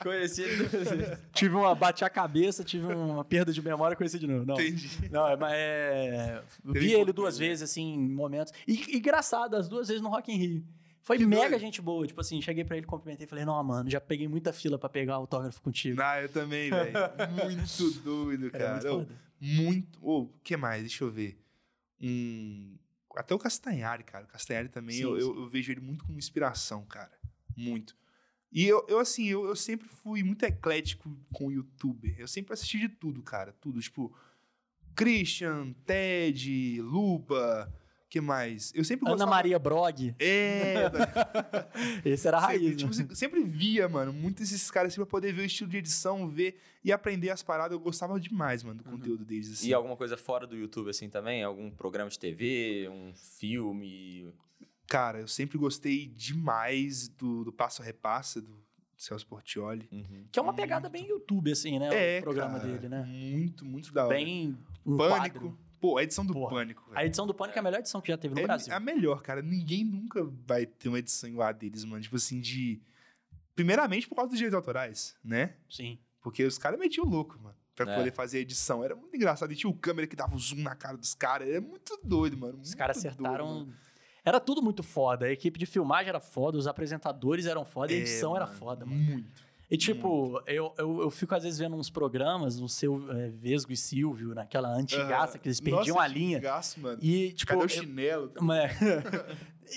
[SPEAKER 2] Conheci
[SPEAKER 1] tive uma bate a cabeça, tive uma perda de memória, conheci de novo. Não.
[SPEAKER 3] Entendi.
[SPEAKER 1] Não, é, mas é. Vi ele duas
[SPEAKER 3] né?
[SPEAKER 1] vezes, assim, em momentos. E, e engraçado, as duas vezes no Rock in Rio. Foi
[SPEAKER 3] Que
[SPEAKER 1] mega
[SPEAKER 3] doido.
[SPEAKER 1] gente boa. Tipo assim, cheguei pra ele, cumprimentei e falei, não, mano, já peguei muita fila pra pegar autógrafo contigo.
[SPEAKER 3] Ah, eu também, velho. Muito doido,
[SPEAKER 1] Cara, é muito
[SPEAKER 3] cara. Ô,
[SPEAKER 1] foda.
[SPEAKER 3] Muito. Ô, o que mais? Deixa eu ver. Um. Até o Castanhari, cara. O Castanhari também,
[SPEAKER 1] Sim,
[SPEAKER 3] eu, eu- eu vejo ele muito como inspiração, cara. Muito. E eu, eu assim, eu, eu sempre fui muito eclético com youtuber. Eu sempre assisti de tudo, cara. Tudo. Tipo, Christian, Ted, Luba. que mais? Eu sempre
[SPEAKER 1] Ana
[SPEAKER 3] gostava-
[SPEAKER 1] Maria Brog,
[SPEAKER 3] É, eu também-
[SPEAKER 1] esse era a
[SPEAKER 3] sempre,
[SPEAKER 1] raiz,
[SPEAKER 3] tipo,
[SPEAKER 1] né?
[SPEAKER 3] se- sempre via, mano, muitos esses caras assim, pra poder ver o estilo de edição, ver e aprender as paradas. Eu gostava demais, mano,
[SPEAKER 1] Uhum.
[SPEAKER 3] do conteúdo deles. Assim.
[SPEAKER 2] E alguma coisa fora do YouTube, assim, também? Algum programa de TV, um filme?
[SPEAKER 3] Cara, eu sempre gostei demais do, do Passo a Repassa, do Celso Portioli.
[SPEAKER 2] Uhum.
[SPEAKER 1] Que é uma pegada bem YouTube, assim, né? o programa
[SPEAKER 3] É, cara,
[SPEAKER 1] dele, né?
[SPEAKER 3] Muito, muito da hora.
[SPEAKER 1] Bem. Um
[SPEAKER 3] Pânico.
[SPEAKER 1] quadro.
[SPEAKER 3] Pô, a edição do
[SPEAKER 1] Porra.
[SPEAKER 3] Pânico,
[SPEAKER 1] A
[SPEAKER 3] velho.
[SPEAKER 1] edição do Pânico é a melhor edição que já teve no
[SPEAKER 3] É
[SPEAKER 1] Brasil.
[SPEAKER 3] a melhor, cara. Ninguém nunca vai ter uma edição igual a deles, mano. Tipo assim, de. Primeiramente por causa dos direitos autorais, né?
[SPEAKER 1] Sim.
[SPEAKER 3] Porque os caras metiam o louco, mano. Pra
[SPEAKER 2] É.
[SPEAKER 3] poder fazer a edição. Era muito engraçado. E tinha o câmera que dava o zoom na cara dos caras. Era muito doido, mano.
[SPEAKER 1] Os caras acertaram. Era tudo muito foda. A equipe de filmagem era foda, os apresentadores eram foda,
[SPEAKER 3] É,
[SPEAKER 1] a edição era foda, mano.
[SPEAKER 3] Muito.
[SPEAKER 1] E tipo, eu, eu, eu fico às vezes vendo uns programas, no seu é, Vesgo e Silvio, naquela antigaça, que eles perdiam
[SPEAKER 3] Nossa,
[SPEAKER 1] a linha.
[SPEAKER 3] antigaço, mano.
[SPEAKER 1] E tipo.
[SPEAKER 3] Cadê
[SPEAKER 1] eu-
[SPEAKER 3] o chinelo?
[SPEAKER 1] Mas-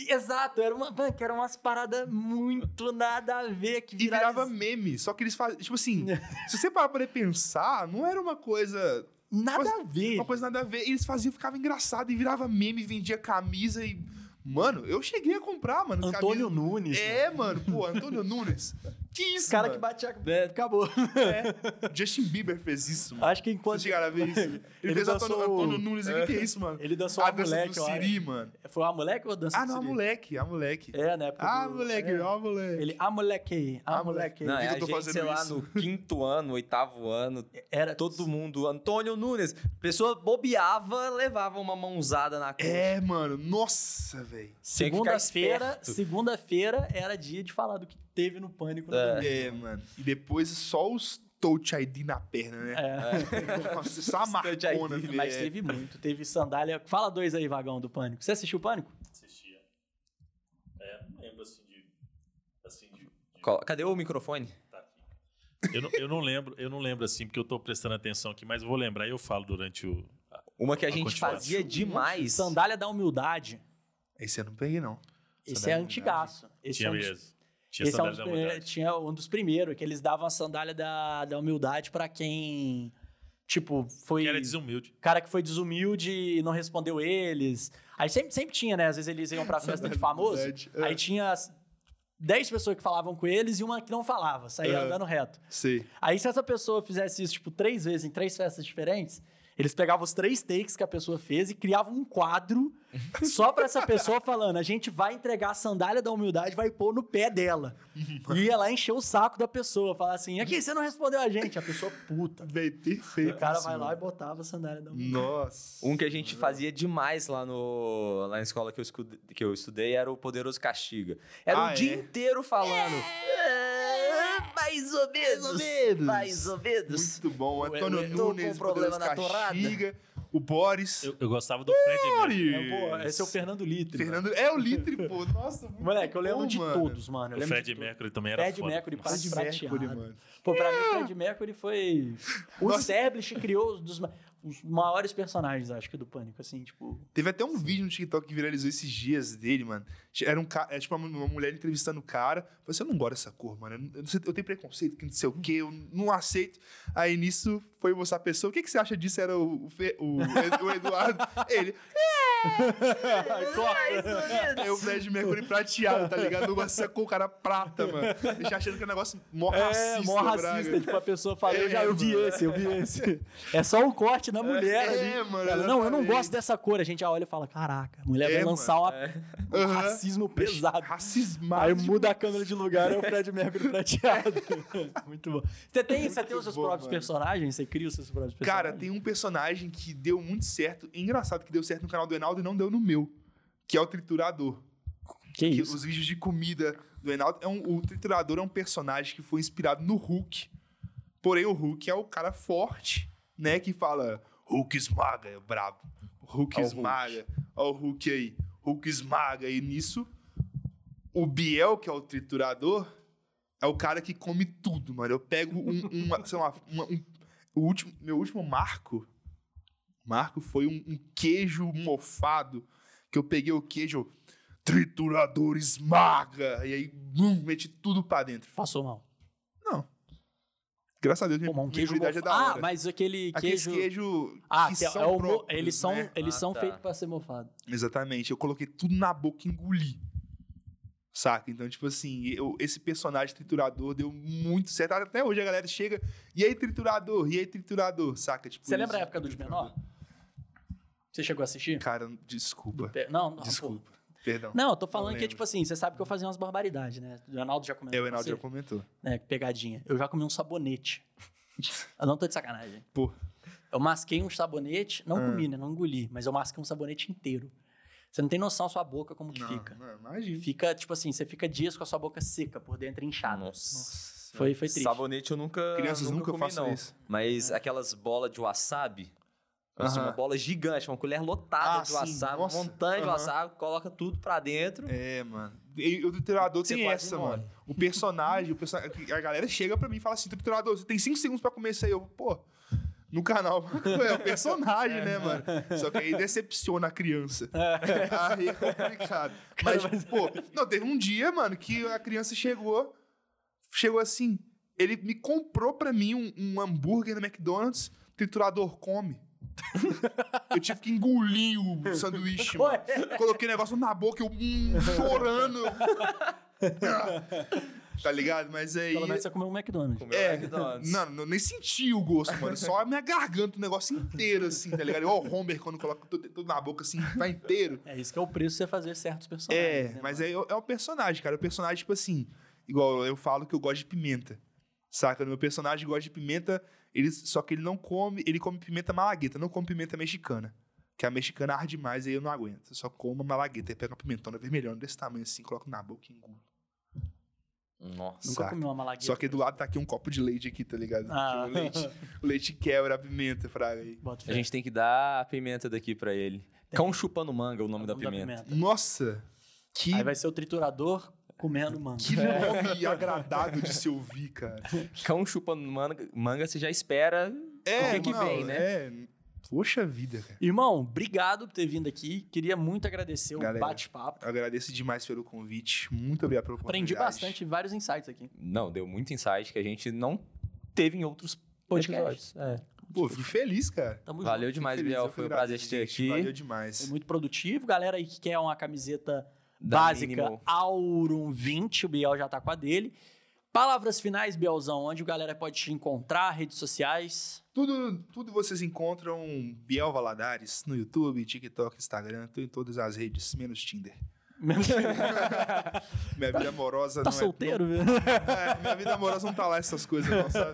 [SPEAKER 1] Exato, era, uma, mano, que era umas paradas muito nada a ver que
[SPEAKER 3] E virava
[SPEAKER 1] viraliz-
[SPEAKER 3] meme. Só que eles faziam... Tipo assim, se você parar pra poder pensar, não era uma coisa...
[SPEAKER 1] Nada a ver.
[SPEAKER 3] Uma coisa nada a ver. Eles faziam, ficava engraçado. E virava meme, vendia camisa e... Mano, eu cheguei a comprar, mano.
[SPEAKER 1] Antônio
[SPEAKER 3] camisa.
[SPEAKER 1] Nunes. mano.
[SPEAKER 3] É, mano. Pô, Antônio Nunes. Que isso,
[SPEAKER 1] Esse cara que
[SPEAKER 3] mano?
[SPEAKER 1] batia. É, acabou.
[SPEAKER 3] Justin Bieber fez isso, mano.
[SPEAKER 1] Acho que
[SPEAKER 3] Vocês
[SPEAKER 1] enquanto.
[SPEAKER 3] chegaram a ver isso? Ele,
[SPEAKER 1] Ele
[SPEAKER 3] fez
[SPEAKER 1] dançou
[SPEAKER 3] Antônio,
[SPEAKER 1] o-
[SPEAKER 3] Antônio Nunes, e o que que é isso, mano?
[SPEAKER 1] Ele dançou
[SPEAKER 3] A
[SPEAKER 1] a
[SPEAKER 3] dança
[SPEAKER 1] moleque,
[SPEAKER 3] do
[SPEAKER 1] eu acho.
[SPEAKER 3] Siri, mano.
[SPEAKER 1] Foi a moleque ou a dança
[SPEAKER 3] Ah,
[SPEAKER 1] do
[SPEAKER 3] não, a
[SPEAKER 1] Siri?
[SPEAKER 3] moleque, a moleque.
[SPEAKER 1] É, na época.
[SPEAKER 3] Ah,
[SPEAKER 1] do-
[SPEAKER 3] moleque,
[SPEAKER 1] é.
[SPEAKER 3] ó, moleque.
[SPEAKER 1] Ele, a moleque, a
[SPEAKER 3] Ah,
[SPEAKER 1] moleque.
[SPEAKER 3] moleque.
[SPEAKER 2] Não,
[SPEAKER 3] Por que
[SPEAKER 2] é
[SPEAKER 3] que
[SPEAKER 2] a
[SPEAKER 3] eu tô
[SPEAKER 2] gente,
[SPEAKER 3] fazendo
[SPEAKER 2] sei lá,
[SPEAKER 3] isso? É.
[SPEAKER 2] no quinto ano, oitavo ano,
[SPEAKER 1] Era
[SPEAKER 2] todo mundo, Antônio Nunes, pessoa bobeava, levava uma mãozada na cara.
[SPEAKER 3] É, mano, nossa, velho.
[SPEAKER 2] Tem que ficar
[SPEAKER 1] Segunda-feira,
[SPEAKER 2] esperto.
[SPEAKER 1] segunda-feira era dia de falar do que teve no pânico. no
[SPEAKER 2] É.
[SPEAKER 1] domingo.
[SPEAKER 3] É, mano. E depois só os touch ID na perna, né?
[SPEAKER 1] É.
[SPEAKER 3] Nossa, só a
[SPEAKER 2] Os touch
[SPEAKER 3] marcona,
[SPEAKER 2] ID,
[SPEAKER 3] velho.
[SPEAKER 1] Mas teve muito, teve sandália. Fala dois aí, vagão do pânico. Você assistiu o pânico?
[SPEAKER 5] Assistia. É, não lembro assim de. Assim de.
[SPEAKER 2] Colo- Cadê o microfone?
[SPEAKER 5] Tá aqui. Eu não, eu não lembro, eu não lembro assim, porque eu tô prestando atenção aqui, mas eu vou lembrar e eu falo durante o.
[SPEAKER 2] Uma que a
[SPEAKER 5] Ah,
[SPEAKER 2] gente
[SPEAKER 5] continua.
[SPEAKER 3] um
[SPEAKER 2] fazia demais.
[SPEAKER 1] Sandália da humildade.
[SPEAKER 3] Esse eu não peguei, não.
[SPEAKER 1] Esse é
[SPEAKER 3] Sandália da
[SPEAKER 1] antigaço. Esse
[SPEAKER 5] Tinha
[SPEAKER 1] é um dos,
[SPEAKER 5] mesmo. Tinha
[SPEAKER 1] esse é um dos
[SPEAKER 5] sandália da
[SPEAKER 1] primeiros-
[SPEAKER 5] humildade.
[SPEAKER 1] tinha um dos primeiros, que eles davam a sandália da, da humildade pra quem, tipo, foi...
[SPEAKER 5] Que era desumilde.
[SPEAKER 1] cara que foi desumilde e não respondeu eles. Aí sempre, sempre tinha, né? Às vezes eles iam pra festa de famoso,
[SPEAKER 3] Verdade. É,
[SPEAKER 1] aí tinha as 10 pessoas que falavam com eles e uma que não falava, saía
[SPEAKER 3] É.
[SPEAKER 1] andando reto.
[SPEAKER 3] Sei.
[SPEAKER 1] Aí se essa pessoa fizesse isso, tipo, três vezes em três festas diferentes, eles pegavam os três takes que a pessoa fez e criavam um quadro só pra essa pessoa falando: a gente vai entregar a sandália da humildade, vai pôr no pé dela.
[SPEAKER 3] Uhum.
[SPEAKER 1] E ia lá encher o saco da pessoa, falar assim: aqui, você não respondeu a gente. A pessoa puta.
[SPEAKER 3] Velho, perfeito.
[SPEAKER 1] E o cara
[SPEAKER 3] isso,
[SPEAKER 1] vai lá e
[SPEAKER 3] mano.
[SPEAKER 1] botava a sandália da humildade.
[SPEAKER 3] Nossa.
[SPEAKER 2] Um que a gente fazia demais lá, no, lá na escola que eu, escude- que eu estudei era o Poderoso Castiga. Era
[SPEAKER 3] Ah,
[SPEAKER 2] o
[SPEAKER 3] é?
[SPEAKER 2] dia inteiro falando. "É, mais ou menos.
[SPEAKER 3] ou menos."
[SPEAKER 2] Mais ou
[SPEAKER 1] é
[SPEAKER 2] menos.
[SPEAKER 3] É. Muito bom.
[SPEAKER 1] Eu-
[SPEAKER 3] Antônio
[SPEAKER 1] eu- eu
[SPEAKER 2] tô
[SPEAKER 3] Nunes,
[SPEAKER 2] com problema
[SPEAKER 3] Poderoso
[SPEAKER 2] na torrada.
[SPEAKER 3] Caxiga, o Boris.
[SPEAKER 5] Eu, eu gostava do Fred. Mesmo.
[SPEAKER 1] É, boa, esse é o Fernando Litri. mano.
[SPEAKER 3] Fernando. É o Litre, pô. Nossa, muito
[SPEAKER 1] Moleque, eu lembro
[SPEAKER 3] bom,
[SPEAKER 1] de
[SPEAKER 3] mano.
[SPEAKER 1] todos, mano. Eu
[SPEAKER 5] O
[SPEAKER 1] lembro
[SPEAKER 5] Fred
[SPEAKER 1] de todos.
[SPEAKER 5] Mercury também era
[SPEAKER 1] Fred
[SPEAKER 5] foda.
[SPEAKER 1] Mercury,
[SPEAKER 5] Nossa,
[SPEAKER 1] Fred
[SPEAKER 3] Fred
[SPEAKER 1] prateado.
[SPEAKER 3] Mercury, mano.
[SPEAKER 1] Pô, pra mim, o Fred Mercury foi. O
[SPEAKER 3] Nossa.
[SPEAKER 1] Stablish criou os, dos ma- os maiores personagens, acho que, do Pânico, assim, tipo.
[SPEAKER 3] Teve até um vídeo no TikTok que viralizou esses dias dele, mano. Era um cara, era tipo uma, uma mulher entrevistando o cara. Falou assim: Eu não gosto dessa cor, mano. Eu, não- eu não sei- eu tenho preconceito, que não sei o quê, eu não aceito. Aí nisso foi mostrar a pessoa. O que, que você acha disso? Era o, o Fe- o Ed- o Eduardo. Ele.
[SPEAKER 1] É,
[SPEAKER 3] É o Fred Mercury prateado, tá ligado? Você sacou o cara é prata, mano. Deixa achando que é um negócio mó racista.
[SPEAKER 1] É, mó racista.
[SPEAKER 3] braga.
[SPEAKER 1] Tipo, a pessoa fala, eu
[SPEAKER 3] É,
[SPEAKER 1] já eu vi
[SPEAKER 3] mano.
[SPEAKER 1] esse, eu vi esse. É só um corte na mulher
[SPEAKER 3] É,
[SPEAKER 1] ali.
[SPEAKER 3] mano,
[SPEAKER 1] Ela, não, eu não
[SPEAKER 3] exatamente.
[SPEAKER 1] gosto dessa cor. A gente já olha e fala, caraca, a mulher
[SPEAKER 3] É,
[SPEAKER 1] vai
[SPEAKER 3] mano.
[SPEAKER 1] lançar uma- um
[SPEAKER 3] Aham.
[SPEAKER 1] racismo pesado.
[SPEAKER 3] Racismado.
[SPEAKER 1] Aí
[SPEAKER 3] demais.
[SPEAKER 1] muda a câmera de lugar, é o Fred Mercury prateado. Muito bom. Você tem, você tem os seus
[SPEAKER 3] bom,
[SPEAKER 1] próprios
[SPEAKER 3] mano.
[SPEAKER 1] personagens? Você cria os seus próprios
[SPEAKER 3] Cara,
[SPEAKER 1] personagens?
[SPEAKER 3] tem um personagem que deu muito certo. e Engraçado que deu certo no canal do Enaldo e não deu no meu. Que é o Triturador.
[SPEAKER 1] Que
[SPEAKER 3] Que
[SPEAKER 1] isso?
[SPEAKER 3] os vídeos de comida do Enaldo. É um, o Triturador é um personagem que foi inspirado no Hulk. Porém, o Hulk é o cara forte, né? Que fala: Hulk esmaga, é brabo. Hulk
[SPEAKER 2] Ó o Hulk.
[SPEAKER 3] esmaga. Olha o Hulk aí. Hulk esmaga. E nisso, o Biel, que é o triturador, é o cara que come tudo, mano. Eu pego um. uma- sei lá, uma- um- o último, meu último marco. Marco foi um, um queijo mofado. Que eu peguei o queijo. eu, Triturador esmaga! E aí, bum, meti tudo pra dentro.
[SPEAKER 1] Passou mal.
[SPEAKER 3] Graças a Deus, minha,
[SPEAKER 1] Pô, mas um
[SPEAKER 3] minha
[SPEAKER 1] queijo
[SPEAKER 3] imunidade
[SPEAKER 1] mofado.
[SPEAKER 3] é da hora.
[SPEAKER 1] Ah, mas aquele
[SPEAKER 3] Aqueles
[SPEAKER 1] queijo...
[SPEAKER 3] queijo,
[SPEAKER 1] Ah,
[SPEAKER 3] que
[SPEAKER 1] que é-
[SPEAKER 3] são
[SPEAKER 1] é o mo-
[SPEAKER 3] próprios,
[SPEAKER 1] eles são,
[SPEAKER 3] né?
[SPEAKER 1] eles
[SPEAKER 2] Ah,
[SPEAKER 1] são
[SPEAKER 2] tá.
[SPEAKER 1] feitos pra ser mofado.
[SPEAKER 3] Exatamente. Eu coloquei tudo na boca e engoli. Saca? Então, tipo assim, eu- esse personagem triturador deu muito certo. Até hoje a galera chega, e aí triturador, e aí triturador, saca? Tipo,
[SPEAKER 1] Você
[SPEAKER 3] isso.
[SPEAKER 1] lembra a época dos menor? Você chegou a assistir?
[SPEAKER 3] Cara, desculpa.
[SPEAKER 1] Pe- Não, não, pô.
[SPEAKER 3] Desculpa. Perdão.
[SPEAKER 1] Não, eu tô
[SPEAKER 3] Não
[SPEAKER 1] falando que é
[SPEAKER 3] lembro.
[SPEAKER 1] tipo assim, você sabe que eu fazia umas barbaridades, né? O Ronaldo já comentou.
[SPEAKER 3] É, o
[SPEAKER 1] com
[SPEAKER 3] Reinaldo
[SPEAKER 1] você,
[SPEAKER 3] já comentou.
[SPEAKER 1] né, pegadinha. Eu já comi um sabonete. eu não tô de sacanagem.
[SPEAKER 3] Pô. Ah.
[SPEAKER 1] Eu masquei um sabonete, não comi, né? Não engoli, mas eu masquei um sabonete inteiro. Você não tem noção a sua boca como que
[SPEAKER 3] Não,
[SPEAKER 1] fica.
[SPEAKER 3] não, imagina.
[SPEAKER 1] Fica, tipo assim, você fica dias com a sua boca seca, por dentro inchada.
[SPEAKER 2] Nossa.
[SPEAKER 3] É.
[SPEAKER 1] Foi, foi triste.
[SPEAKER 2] Sabonete eu nunca.
[SPEAKER 3] Crianças nunca,
[SPEAKER 2] comi,
[SPEAKER 3] façam
[SPEAKER 2] não.
[SPEAKER 3] isso.
[SPEAKER 2] Mas aquelas bolas de wasabi. nossa,
[SPEAKER 3] Aham.
[SPEAKER 2] Uma bola gigante, uma colher lotada
[SPEAKER 3] Ah,
[SPEAKER 2] de
[SPEAKER 3] sim,
[SPEAKER 2] wasabi, uma
[SPEAKER 3] nossa.
[SPEAKER 2] montanha de
[SPEAKER 3] Aham.
[SPEAKER 2] wasabi, coloca tudo pra dentro.
[SPEAKER 3] É, mano. E o triturador
[SPEAKER 2] Você
[SPEAKER 3] tem
[SPEAKER 2] quase
[SPEAKER 3] essa,
[SPEAKER 2] morre.
[SPEAKER 3] é, mano. O personagem, o person- a galera chega pra mim e fala assim: triturador, você tem 5 segundos pra comer isso aí. Eu, pô, no canal. É o personagem, né, mano? Só que aí decepciona a criança. aí é complicado. Mas, tipo, pô, não, teve um dia, mano, que a criança chegou, chegou assim. Ele me comprou pra mim um, um hambúrguer no McDonald's, triturador come. Eu tive que engolir o sanduíche, mano. Coloquei o negócio na boca, eu hum, chorando. tá ligado? Mas aí.
[SPEAKER 1] Pelo menos você comeu um McDonald's.
[SPEAKER 2] Comeu
[SPEAKER 3] É,
[SPEAKER 2] McDonald's.
[SPEAKER 3] não, não, nem senti o gosto, mano. Só a minha garganta, o negócio inteiro, assim, tá ligado? Igual o Homer, quando coloca tudo, tudo na boca, assim, tá inteiro.
[SPEAKER 1] É isso que é o preço de você fazer certos personagens.
[SPEAKER 3] É,
[SPEAKER 1] né,
[SPEAKER 3] mas é, é o personagem, cara. O personagem, tipo assim, igual eu falo que eu gosto de pimenta. Saca? O meu personagem gosta de pimenta, ele, só que ele não come, ele come pimenta malagueta, não come pimenta mexicana. Que a mexicana arde mais, aí eu não aguento. Eu só como a malagueta. Aí pega uma pimentona vermelhona desse tamanho assim, coloco na boca e engulo.
[SPEAKER 2] Nossa.
[SPEAKER 1] Nunca
[SPEAKER 3] saca.
[SPEAKER 1] comi uma malagueta.
[SPEAKER 3] é Só que do lado tá aqui um copo de leite aqui, tá ligado?
[SPEAKER 1] Ah.
[SPEAKER 3] Tipo, o leite, o leite quebra a pimenta, fraga aí.
[SPEAKER 1] Bota
[SPEAKER 2] A
[SPEAKER 1] fé.
[SPEAKER 2] gente tem que dar a pimenta daqui pra ele. Cão chupando manga é o nome da
[SPEAKER 1] Vamos dar
[SPEAKER 2] pimenta.
[SPEAKER 3] Nossa! Que,
[SPEAKER 1] Aí vai ser o triturador comendo manga.
[SPEAKER 3] que nome agradável de se ouvir, cara.
[SPEAKER 2] Cão chupando manga, manga você já espera.
[SPEAKER 3] É,
[SPEAKER 2] que que
[SPEAKER 3] não,
[SPEAKER 2] vem, né?
[SPEAKER 3] É, poxa vida, cara.
[SPEAKER 1] Irmão, obrigado por ter vindo aqui. Queria muito agradecer o
[SPEAKER 3] Galera,
[SPEAKER 1] bate-papo.
[SPEAKER 3] Eu agradeço demais pelo convite. Muito obrigado pela oportunidade.
[SPEAKER 1] Aprendi bastante vários insights aqui.
[SPEAKER 2] Não, deu muito insight que a gente não teve em outros
[SPEAKER 1] Podcast.
[SPEAKER 2] episódios. É.
[SPEAKER 3] Pô, fico feliz, cara.
[SPEAKER 1] Tamo junto.
[SPEAKER 2] Valeu demais,
[SPEAKER 3] Fico feliz,
[SPEAKER 2] Biel. Foi
[SPEAKER 3] eu
[SPEAKER 2] um
[SPEAKER 3] fui grato,
[SPEAKER 2] prazer te ter
[SPEAKER 3] gente.
[SPEAKER 2] aqui.
[SPEAKER 3] Valeu
[SPEAKER 1] Foi
[SPEAKER 3] demais.
[SPEAKER 1] É muito produtivo. Galera aí que quer uma camiseta
[SPEAKER 2] Da
[SPEAKER 1] básica,
[SPEAKER 2] Minimal.
[SPEAKER 1] Aurum 20, o Biel já tá com a dele. Palavras finais, Bielzão, onde o galera pode te encontrar, redes sociais.
[SPEAKER 3] Tudo, tudo vocês encontram Biel Valadares no YouTube, TikTok, Instagram, tô em todas as redes, menos Tinder.
[SPEAKER 2] é
[SPEAKER 3] Minha vida amorosa
[SPEAKER 1] tá
[SPEAKER 3] não
[SPEAKER 1] solteiro, viu?
[SPEAKER 3] é. é, Minha vida amorosa não tá lá essas coisas, não, sabe?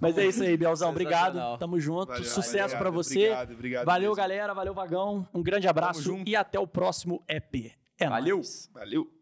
[SPEAKER 1] Mas é isso aí, Bielzão. Obrigado.
[SPEAKER 2] Sensacional.
[SPEAKER 1] Tamo junto.
[SPEAKER 3] Valeu,
[SPEAKER 1] Sucesso
[SPEAKER 3] obrigado,
[SPEAKER 1] pra você.
[SPEAKER 3] Obrigado, obrigado.
[SPEAKER 1] Valeu,
[SPEAKER 3] mesmo.
[SPEAKER 1] galera. Valeu, Vagão. Um grande abraço
[SPEAKER 2] junto.
[SPEAKER 1] e até o próximo EP. É
[SPEAKER 2] Valeu.
[SPEAKER 1] nóis.
[SPEAKER 3] Valeu.